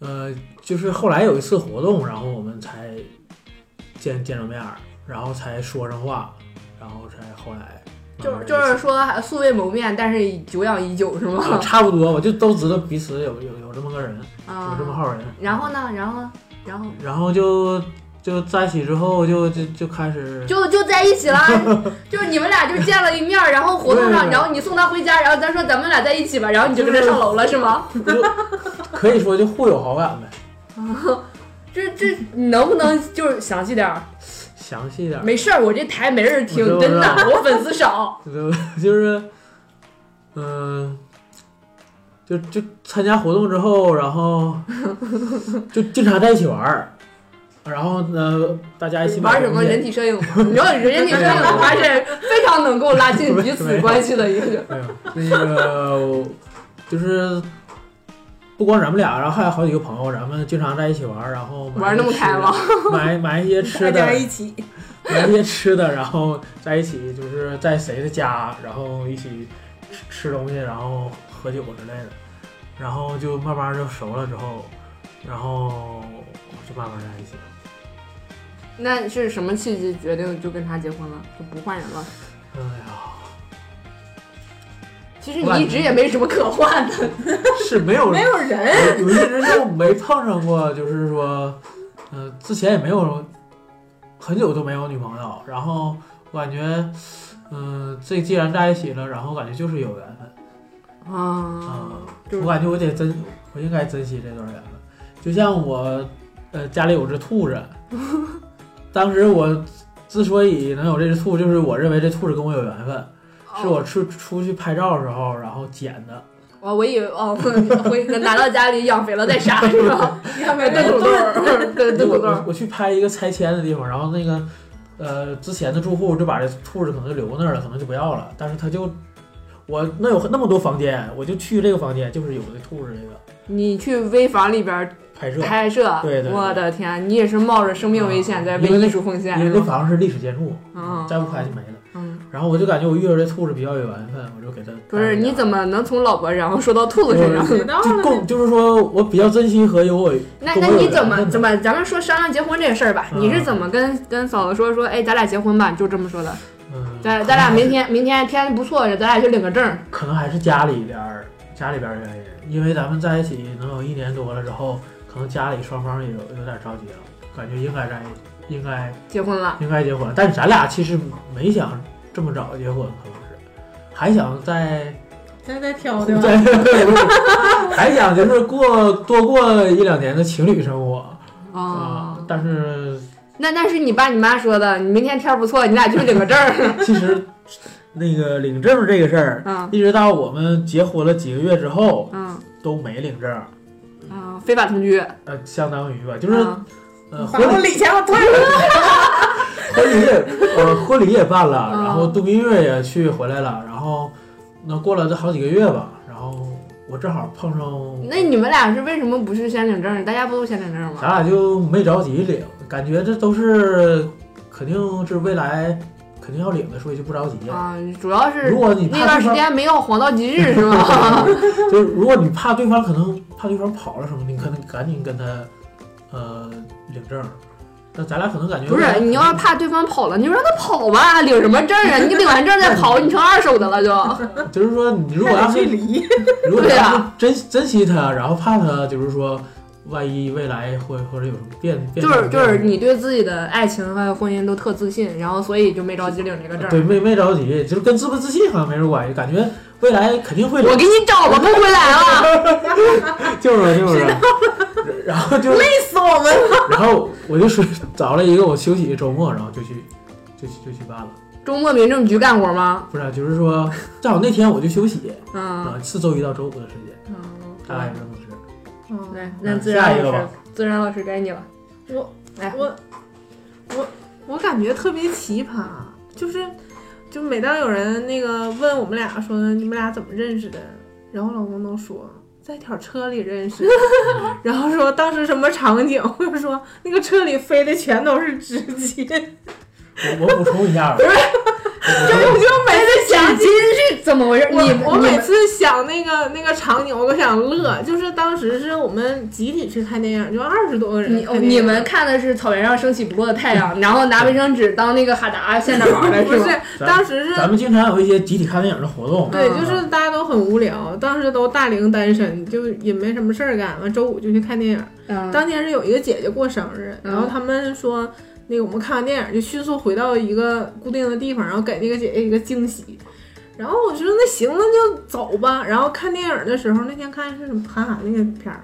Speaker 1: 呃，就是后来有一次活动，然后我们才见见着面儿，然后才说上话，然后才后来慢
Speaker 3: 就
Speaker 1: 慢
Speaker 3: 就
Speaker 1: 认
Speaker 3: 是
Speaker 1: 识
Speaker 3: 说还素未谋面，但是久仰已久是
Speaker 1: 啊
Speaker 3: 吗？
Speaker 1: 差不多，我就都知道彼此有有有这么个人，有
Speaker 3: 啊
Speaker 1: 这么号人，
Speaker 3: 然后呢？然后，然后
Speaker 1: 然后就就在一起之后就就就开始
Speaker 3: 就就在一起 了，就是你们俩就见了一面儿，然后活动
Speaker 1: 对对
Speaker 3: 上，
Speaker 1: 对
Speaker 3: 然后你送他回家，然后咱说咱们俩在一起吧，然后你就跟他上楼了是吗？
Speaker 1: 就可以说就互有好感呗，
Speaker 3: 这这你能不能就是详细点儿？
Speaker 1: 详细点儿
Speaker 3: 没事儿，我这台没人听
Speaker 1: 我知，道
Speaker 3: 真的
Speaker 1: 我知，
Speaker 3: 我粉 丝少。
Speaker 1: 就就是，嗯、就就参加活动之后，然后就经常在一起玩儿，然后呢，大家一起
Speaker 3: 玩
Speaker 1: 买
Speaker 3: 什
Speaker 1: 东
Speaker 3: 么
Speaker 1: 西
Speaker 3: 人体摄影嘛？你知道人体摄影我还是非常能够拉近彼此关系的一个人。
Speaker 1: 没有，那个我就是不光咱们俩，然后还有好几个朋友，咱们经常在一起玩儿，然后买
Speaker 3: 玩
Speaker 1: 一
Speaker 3: 那么
Speaker 1: 些
Speaker 3: 开吗？
Speaker 1: 买买一些吃
Speaker 2: 大
Speaker 1: 的，
Speaker 2: 家一起
Speaker 1: 买一些吃的，然后在一起就是在谁的家，然后一起吃吃东西，然后喝酒之类的，然后就慢慢就熟了之后，然后就慢慢在一起了。
Speaker 3: 那是什么契机决定就跟他结婚了，就不换人了？
Speaker 1: 哎呀，
Speaker 3: 其实你一直也没什么可换的，
Speaker 1: 是呃没有
Speaker 2: 没有人，
Speaker 1: 有一些人就没碰上过，就是说，嗯、之前也没有很久都没有女朋友，然后我感觉，嗯、这既然在一起了，然后感觉就是有缘分啊
Speaker 3: 啊，、就是
Speaker 1: 我感觉我得珍，我应该珍惜这段缘分。就像我，呃，家里有只兔 子，当时我之所以能有这只兔，就是我认为这兔子跟我有缘
Speaker 3: 哦
Speaker 1: 分，是我出出去拍照的时候然后捡的。
Speaker 3: 我我以为哦，回拿到家里养肥了再杀是吧？
Speaker 2: 要没
Speaker 3: 炖土豆儿，炖炖
Speaker 1: 我
Speaker 3: 土豆
Speaker 1: 我
Speaker 3: 儿。
Speaker 1: 我去拍一个拆迁的地方，然后那个呃之前的住户就把这兔子可能就留那儿了，可能就不要了，但是他就。我那有那么多房间，我就去这个房间，就是有这兔子这个
Speaker 3: 你去危房里边
Speaker 1: 拍摄，
Speaker 3: 拍摄，
Speaker 1: 对对对
Speaker 3: 我的天，你也是冒着生命危险在为
Speaker 1: 因为那
Speaker 3: 艺术奉献，
Speaker 1: 因为
Speaker 3: 是
Speaker 1: 这
Speaker 3: 吧
Speaker 1: 房子是历史建筑，
Speaker 3: 嗯
Speaker 1: 再不拍就没了。
Speaker 3: 嗯，
Speaker 1: 然后我就感觉我遇到这兔子比较有缘分，我就给它带回家。
Speaker 3: 不是你怎么能从老婆然后说到兔子身上？
Speaker 2: 学到
Speaker 1: 就
Speaker 2: 了
Speaker 1: 共就是说我比较珍惜和有我
Speaker 3: 那
Speaker 1: 跟
Speaker 3: 那
Speaker 1: 我有
Speaker 3: 你
Speaker 1: 缘
Speaker 3: 怎么
Speaker 1: 分的
Speaker 3: 怎么？咱们说商量结婚这个事儿吧，
Speaker 1: 嗯
Speaker 3: 你是怎么跟跟嫂子说说？哎，咱俩结婚吧，你就这么说的。
Speaker 1: 嗯，
Speaker 3: 咱咱俩明天明天天不错，咱俩去领个证儿。
Speaker 1: 可能还是家里边儿家里边儿原因，因为咱们在一起能有一年多了之后，可能家里双方也有有点着急了，感觉应该在应该
Speaker 3: 结婚了，
Speaker 1: 应该结婚，但是咱俩其实没想这么早结婚，可能是还想再
Speaker 2: 再再挑 挑，
Speaker 1: 再还想就是过多过一两年的情侣生活啊、
Speaker 3: 哦，
Speaker 1: 但是
Speaker 3: 那那是你爸你妈说的，你明天天儿不错，你俩去领个证儿。
Speaker 1: 其实那个领证这个事儿，
Speaker 3: 嗯
Speaker 1: 一直到我们结婚了几个月之后
Speaker 3: 嗯
Speaker 1: 都没领证，
Speaker 3: 啊，非法同居，
Speaker 1: 呃，相当于吧，就
Speaker 3: 不
Speaker 1: 是、
Speaker 3: 啊、
Speaker 1: 呃
Speaker 2: 把
Speaker 1: 婚
Speaker 2: 我
Speaker 1: 礼
Speaker 2: 礼钱我退了，
Speaker 1: 婚礼也呃婚礼也办了，
Speaker 3: 嗯
Speaker 1: 然后度蜜月也去回来了，然后那过了这好几个月吧，然后我正好碰上，
Speaker 3: 那你们俩是为什么不是先领证儿？大家不都先领证儿吗？
Speaker 1: 咱俩就没着急领，感觉这都是肯定是未来肯定要领的，所以就不着急。
Speaker 3: 啊，主要是
Speaker 1: 如果你
Speaker 3: 那
Speaker 1: 怕
Speaker 3: 段
Speaker 1: 对
Speaker 3: 时
Speaker 1: 方
Speaker 3: 间没有黄道吉日 是吗？
Speaker 1: 就是如果你怕对方可能怕对方跑了什么，你可能赶紧跟他呃领证。那咱俩可能感觉哎
Speaker 3: 不是，你要是怕对方跑了，你就让他跑吧，领什么证啊？你领完证再跑，你成二手 的了就。
Speaker 1: 就是说你如果要
Speaker 2: 还得去
Speaker 1: 是
Speaker 2: 离，
Speaker 1: 如果
Speaker 3: 对
Speaker 1: 要是
Speaker 3: 啊
Speaker 1: 珍珍惜他，然后怕他就是说万一未来会或者有什么变变
Speaker 3: 就是就是
Speaker 1: 变
Speaker 3: 你对自己的爱情还有婚姻都特自信，然后所以就没着急领这个证
Speaker 1: 对
Speaker 3: 儿。
Speaker 1: 没没着急，就是跟自不自信好像没什么关系，感觉未来肯定会
Speaker 3: 我给你找吧，不回来了。
Speaker 1: 就是就是，然后就
Speaker 2: 累 死我们了。
Speaker 1: 然后我就说找了一个我休息的周末，然后就去就去就去办了，
Speaker 3: 周末民政局干活吗？
Speaker 1: 不是就是说正好那天我就休息。
Speaker 3: 嗯
Speaker 1: 啊，是周一到周五的时间，
Speaker 3: 嗯，
Speaker 1: 大概是这么回事。
Speaker 3: 对，那
Speaker 1: 嗯
Speaker 3: 自然
Speaker 1: 下一个
Speaker 3: 老师
Speaker 1: 吧，
Speaker 3: 自然老师该你了。
Speaker 2: 我
Speaker 3: 来，
Speaker 2: 我我我感觉特别奇葩，就是就每当有人那个问我们俩说你们俩怎么认识的，然后我老公都说在一条车里认识的， 然后说当时什么场景，或者说那个车里飞的全都是纸 巾，
Speaker 1: 嗯我我补充一 下吧，啊
Speaker 2: 这我就每次
Speaker 3: 奖
Speaker 2: 想
Speaker 3: 金是怎么回事？你
Speaker 2: 我我
Speaker 3: 你
Speaker 2: 每次想那个那个场景，我都想乐。就是当时是我们集体去看电影，就二十多个人
Speaker 3: 你哦
Speaker 2: 看电影。
Speaker 3: 你们看的是草原上升起不落的太阳，然后拿卫生纸当那个哈达现场玩 的
Speaker 2: 不
Speaker 3: 是吗？
Speaker 2: 是当时是
Speaker 1: 咱们经常有一些集体看电影的活动，
Speaker 2: 对，
Speaker 3: 嗯
Speaker 2: 就是大家都很无聊，当时都大龄单身，就也没什么事儿干。完周五就去看电影。
Speaker 3: 嗯
Speaker 2: 当天是有一个姐姐过生日，
Speaker 3: 嗯
Speaker 2: 然后他们说，那个我们看完电影就迅速回到一个固定的地方，然后给那个姐姐一个惊喜。然后我就说那行，那就走吧。然后看电影的时候，那天看是什么韩寒那个片儿，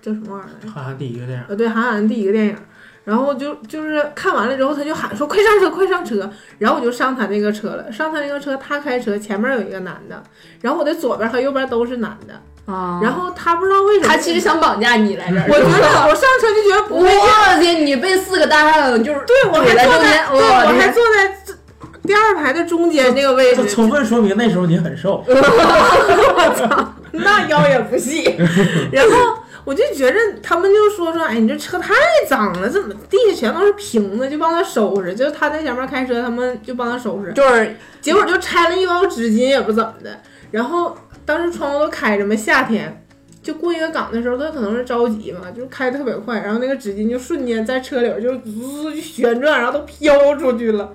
Speaker 2: 叫什么玩意儿来着？
Speaker 1: 看看第一个电影，
Speaker 2: 呃，对，韩寒第一个电影。然后就就是看完了之后，他就喊说快上车，快上车。然后我就上他那个车了，上他那个车，他开车，前面有一个男的，然后我的左边和右边都是男的，
Speaker 3: 啊
Speaker 2: 然后他不知道为什么，
Speaker 3: 他其实想绑架你来这儿，
Speaker 2: 我觉得我上车就觉得不
Speaker 3: 我
Speaker 2: 对劲，
Speaker 3: 天，你被四个大汉就是
Speaker 2: 对我还
Speaker 3: 怼在
Speaker 2: 坐
Speaker 3: 中
Speaker 2: 在，
Speaker 3: 间，
Speaker 2: 对我还
Speaker 3: 天
Speaker 2: 坐在这第二排的中间那个位
Speaker 1: 这
Speaker 2: 置，
Speaker 1: 充分说明那时候你很
Speaker 2: 嗯
Speaker 1: 瘦，
Speaker 2: 那腰也不 细。然后我就觉着他们就说说，哎，你这车太脏了，怎么地下全都是瓶子？就帮他收拾，就是他在前面开车，他们就帮他收拾。
Speaker 3: 就是
Speaker 2: 结果就拆了一包纸巾，也不怎么的。然后当时窗户都开着嘛，夏天。就过一个岗的时候，他可能是着急嘛，就是开得特别快，然后那个纸巾就瞬间在车里边就滋就旋转，然后都飘出去了。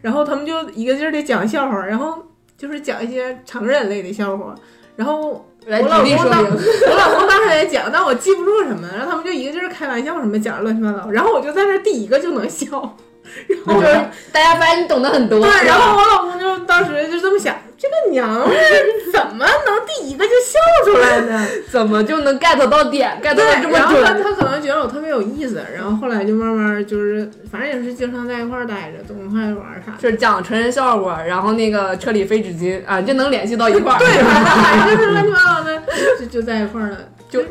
Speaker 2: 然后他们就一个劲儿的讲笑话，然后就是讲一些成人类的笑话。然后
Speaker 3: 来
Speaker 2: 我
Speaker 3: 举
Speaker 2: 老
Speaker 3: 例
Speaker 2: 公
Speaker 3: 说
Speaker 2: 当
Speaker 3: 明，
Speaker 2: 我老公当时也讲，但我记不住什么，然后他们就一个劲儿开玩笑什么讲乱七八糟，然后我就在那儿第一个就能笑，然后
Speaker 3: 就
Speaker 2: 我
Speaker 3: 是大家发现你懂得很多，
Speaker 2: 对，然后我老公就当时就这么想，这个娘 们儿怎么能第一个就笑出来呢？
Speaker 3: 怎么就能 get 到点，get
Speaker 2: 对
Speaker 3: 到这，么
Speaker 2: 然后他
Speaker 3: 准？
Speaker 2: 他可能觉得我特别有意思，然后后来就慢慢就是，反正也是经常在一块儿待着，总一块儿玩儿啥的。
Speaker 3: 就是讲成人笑话，然后那个车里飞纸巾啊，这能联系到一块儿。
Speaker 2: 对，反正反正就是乱七八糟的，就就在一块儿了，
Speaker 3: 就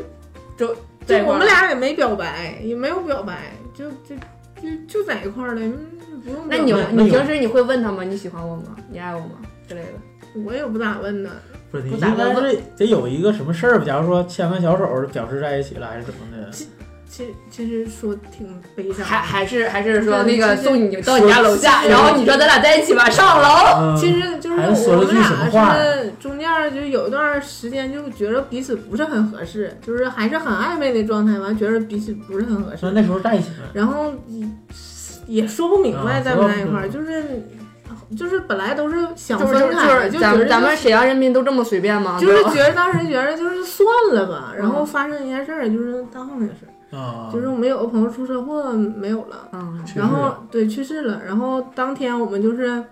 Speaker 2: 就
Speaker 3: 在
Speaker 2: 就
Speaker 3: 一块
Speaker 2: 我
Speaker 3: 儿
Speaker 2: 们俩也没表白，也没有表白，就就就就在一块儿了，嗯不用表
Speaker 3: 那
Speaker 2: 白。
Speaker 3: 你有
Speaker 1: 那
Speaker 3: 你
Speaker 1: 有
Speaker 3: 平时你会问他吗？你喜欢我吗？你爱我吗？之类的。
Speaker 2: 我也不咋问呢，
Speaker 1: 不是你
Speaker 3: 不
Speaker 1: 应
Speaker 3: 咋
Speaker 1: 该
Speaker 3: 问
Speaker 1: 是得有一个什么事儿吧？假如说牵个小手儿表示在一起了，还是怎么的？
Speaker 2: 其其实说挺悲伤的。
Speaker 3: 还还是还是说那个
Speaker 2: 就是
Speaker 3: 送你到你家楼下，
Speaker 1: 说
Speaker 3: 然后你说咱俩在一起吧，上楼。
Speaker 1: 嗯
Speaker 2: 其实就是
Speaker 1: 还是说
Speaker 2: 我
Speaker 1: 了
Speaker 2: 们
Speaker 1: 句什么话
Speaker 2: 俩是中间儿就是有一段时间就觉得彼此不是很合适，就是还是很暧昧的状态，完觉得彼此不是很合
Speaker 1: 说
Speaker 2: 适，
Speaker 1: 那时候在一起了，
Speaker 2: 然后也说不明白
Speaker 1: 啊
Speaker 2: 在
Speaker 1: 说
Speaker 2: 不
Speaker 1: 不
Speaker 2: 在一块儿，
Speaker 1: 明
Speaker 2: 就是就是本来都是想
Speaker 3: 就是
Speaker 2: 分
Speaker 3: 就
Speaker 2: 开的，
Speaker 3: 是
Speaker 2: 就
Speaker 3: 咱
Speaker 2: 觉
Speaker 3: 们
Speaker 2: 得
Speaker 3: 咱们沈阳人民都这么随便吗？
Speaker 2: 就就是
Speaker 3: 对吧
Speaker 2: 觉得当时觉得就是算了吧，然
Speaker 3: 嗯
Speaker 2: 后发生一件事儿，就是大晃那个事儿，
Speaker 1: 啊，
Speaker 2: 就是我们有个朋友出车祸没有了。
Speaker 3: 嗯
Speaker 1: 去世
Speaker 2: 然后
Speaker 1: 了
Speaker 2: 对去世了，然后当天我们就是，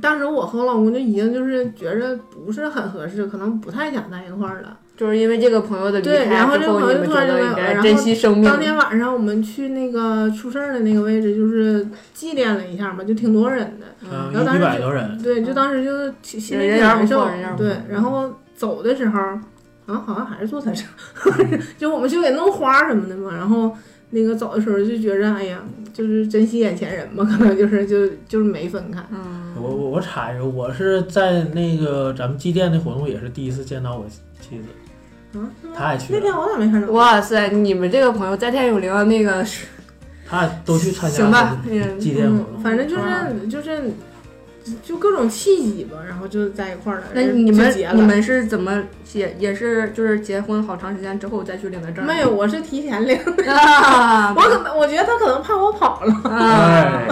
Speaker 2: 当时我和我老公就已经就是觉着不是很合适，可能不太想在一块儿了。
Speaker 3: 就是因为这个朋友的离
Speaker 2: 对
Speaker 3: 开
Speaker 2: 然后
Speaker 3: 之
Speaker 2: 这个
Speaker 3: 后，
Speaker 2: 朋
Speaker 3: 你
Speaker 2: 友
Speaker 3: 们
Speaker 2: 突
Speaker 3: 觉
Speaker 2: 然就
Speaker 3: 得
Speaker 2: 没有
Speaker 3: 应
Speaker 2: 了
Speaker 3: 该
Speaker 2: 然后
Speaker 3: 珍惜生命。
Speaker 2: 当天晚上我们去那个出事儿的那个位置，就是祭奠了一下嘛，就挺多人的。
Speaker 1: 嗯，
Speaker 3: 嗯
Speaker 2: 然后当
Speaker 1: 一一
Speaker 2: 时
Speaker 1: 百
Speaker 2: 就
Speaker 1: 多人，
Speaker 2: 对，
Speaker 3: 嗯
Speaker 2: 就当时就心心里
Speaker 3: 人
Speaker 2: 挺
Speaker 3: 缘不
Speaker 2: 难受
Speaker 3: 错人缘。
Speaker 1: 不
Speaker 2: 对
Speaker 1: 错，
Speaker 2: 然后走的时候，好像好像还是坐他车， 就我们去给弄花什么的嘛。然后那个走的时候就觉着，哎呀，就是珍惜眼前人嘛，可能就是就就是没分开。
Speaker 1: 我
Speaker 3: 嗯，
Speaker 1: 我我插一个，我是在那个咱们祭奠的活动也是第一次见到我妻子，
Speaker 2: 嗯，是吗
Speaker 1: 她也去
Speaker 2: 那
Speaker 1: 了，
Speaker 2: 天我咋没看着？
Speaker 3: 哇塞，你们这个朋友在天有灵那个
Speaker 1: 她也都去参加
Speaker 3: 行吧
Speaker 1: 了，
Speaker 3: 嗯
Speaker 1: 祭奠活
Speaker 2: 嗯，
Speaker 1: 动。
Speaker 2: 反正就
Speaker 3: 啊
Speaker 2: 是就是就各种契机吧，然后就在一块儿了。
Speaker 3: 那
Speaker 2: 就
Speaker 3: 你们
Speaker 2: 就结了
Speaker 3: 你们是怎么结？也是就是结婚好长时间之后再去领的证？
Speaker 2: 没 有？我是提前领，
Speaker 3: 啊
Speaker 2: 我可能我觉得他可能怕我跑了，
Speaker 3: 啊！
Speaker 1: 哎，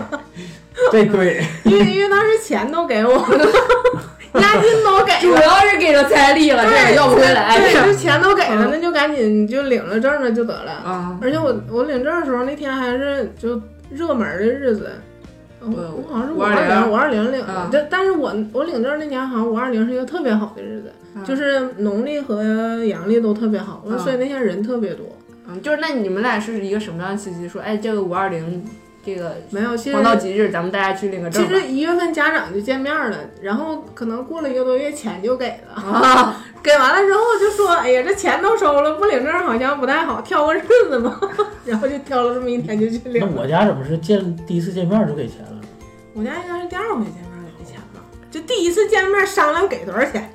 Speaker 1: 这 对，
Speaker 2: 因为因为当时钱都给我了，押金都给
Speaker 3: 主
Speaker 2: 了。
Speaker 3: 要是给了彩礼了，这也
Speaker 2: 对，
Speaker 3: 要不回来。哎
Speaker 2: 对，就钱都给了
Speaker 3: 嗯，
Speaker 2: 那就赶紧就领了证了就得了。
Speaker 3: 啊，
Speaker 2: 而且我我领证的时候那天还是就热门的日子，我
Speaker 3: 嗯
Speaker 2: 我好像是
Speaker 3: 520
Speaker 2: 五二零五二零啊领的
Speaker 3: 嗯，
Speaker 2: 但、但是我我领证那年好像五二零是一个特别好的日子，就是是农历和阳历都特别好，
Speaker 3: 嗯
Speaker 2: 所以那天人特别多。
Speaker 3: 嗯，就是那你们俩是一个什么样的契机？说哎，这个五二零这个
Speaker 2: 没有，其实
Speaker 3: 黄道吉日，咱们大家去领个证
Speaker 2: 其
Speaker 3: 吧。
Speaker 2: 实一月份家长就见面了，然后可能过了一个多月钱就给了，
Speaker 3: 啊，
Speaker 2: 给完了之后就说，哎呀，这钱都收了，不领证好像不太好，挑个日子吧。 然后就挑了这么一天就去领
Speaker 1: 那。我家怎么是见第一次见面就给钱了？
Speaker 2: 我家应该是第二回见面给的钱吧，就第一次见面商量给多少 钱，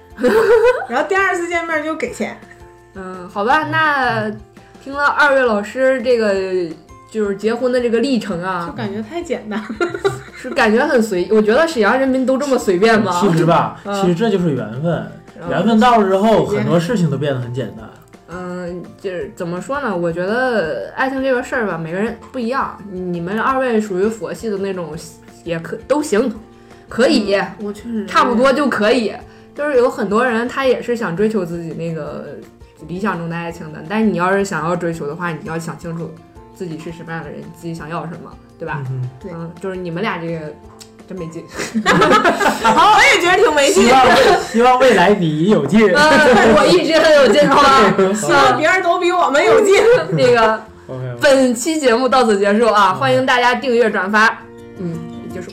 Speaker 2: 然后第二次见面就给钱。
Speaker 3: 嗯，好吧，那听了二位老师这个就是结婚的这个历程
Speaker 2: 就
Speaker 3: 啊，
Speaker 2: 感觉太简单了。
Speaker 3: 是感觉很随意。我觉得沈阳人民都这么随便吗？
Speaker 1: 其实吧，
Speaker 3: 嗯
Speaker 1: 其实这就是缘分，
Speaker 3: 嗯
Speaker 1: 缘分到了之后，
Speaker 2: 时间
Speaker 1: 很多事情都变得很简单。
Speaker 3: 嗯，就是怎么说呢？我觉得爱情这个事儿吧，每个人不一样。你们二位属于佛系的那种，也可都行，可以，
Speaker 2: 嗯我确实
Speaker 3: 差不。多就可以。就是有很多人他也是想追求自己那个理想中的爱情的，但是你要是想要追求的话，你要想清楚自己是什么样的人，自己想要什么，对吧？
Speaker 1: 嗯哼，
Speaker 2: 对
Speaker 3: 嗯，就是你们俩这个真没劲。
Speaker 2: 好， 我也觉得挺没劲
Speaker 1: 希。望 希望未来你有劲。
Speaker 3: 嗯，我一直很有劲，好吧？
Speaker 2: 希望别人都比我们有劲。
Speaker 3: 那个
Speaker 1: OK，
Speaker 3: 本期节目到此结束啊，欢迎大家订阅转发，嗯，结束。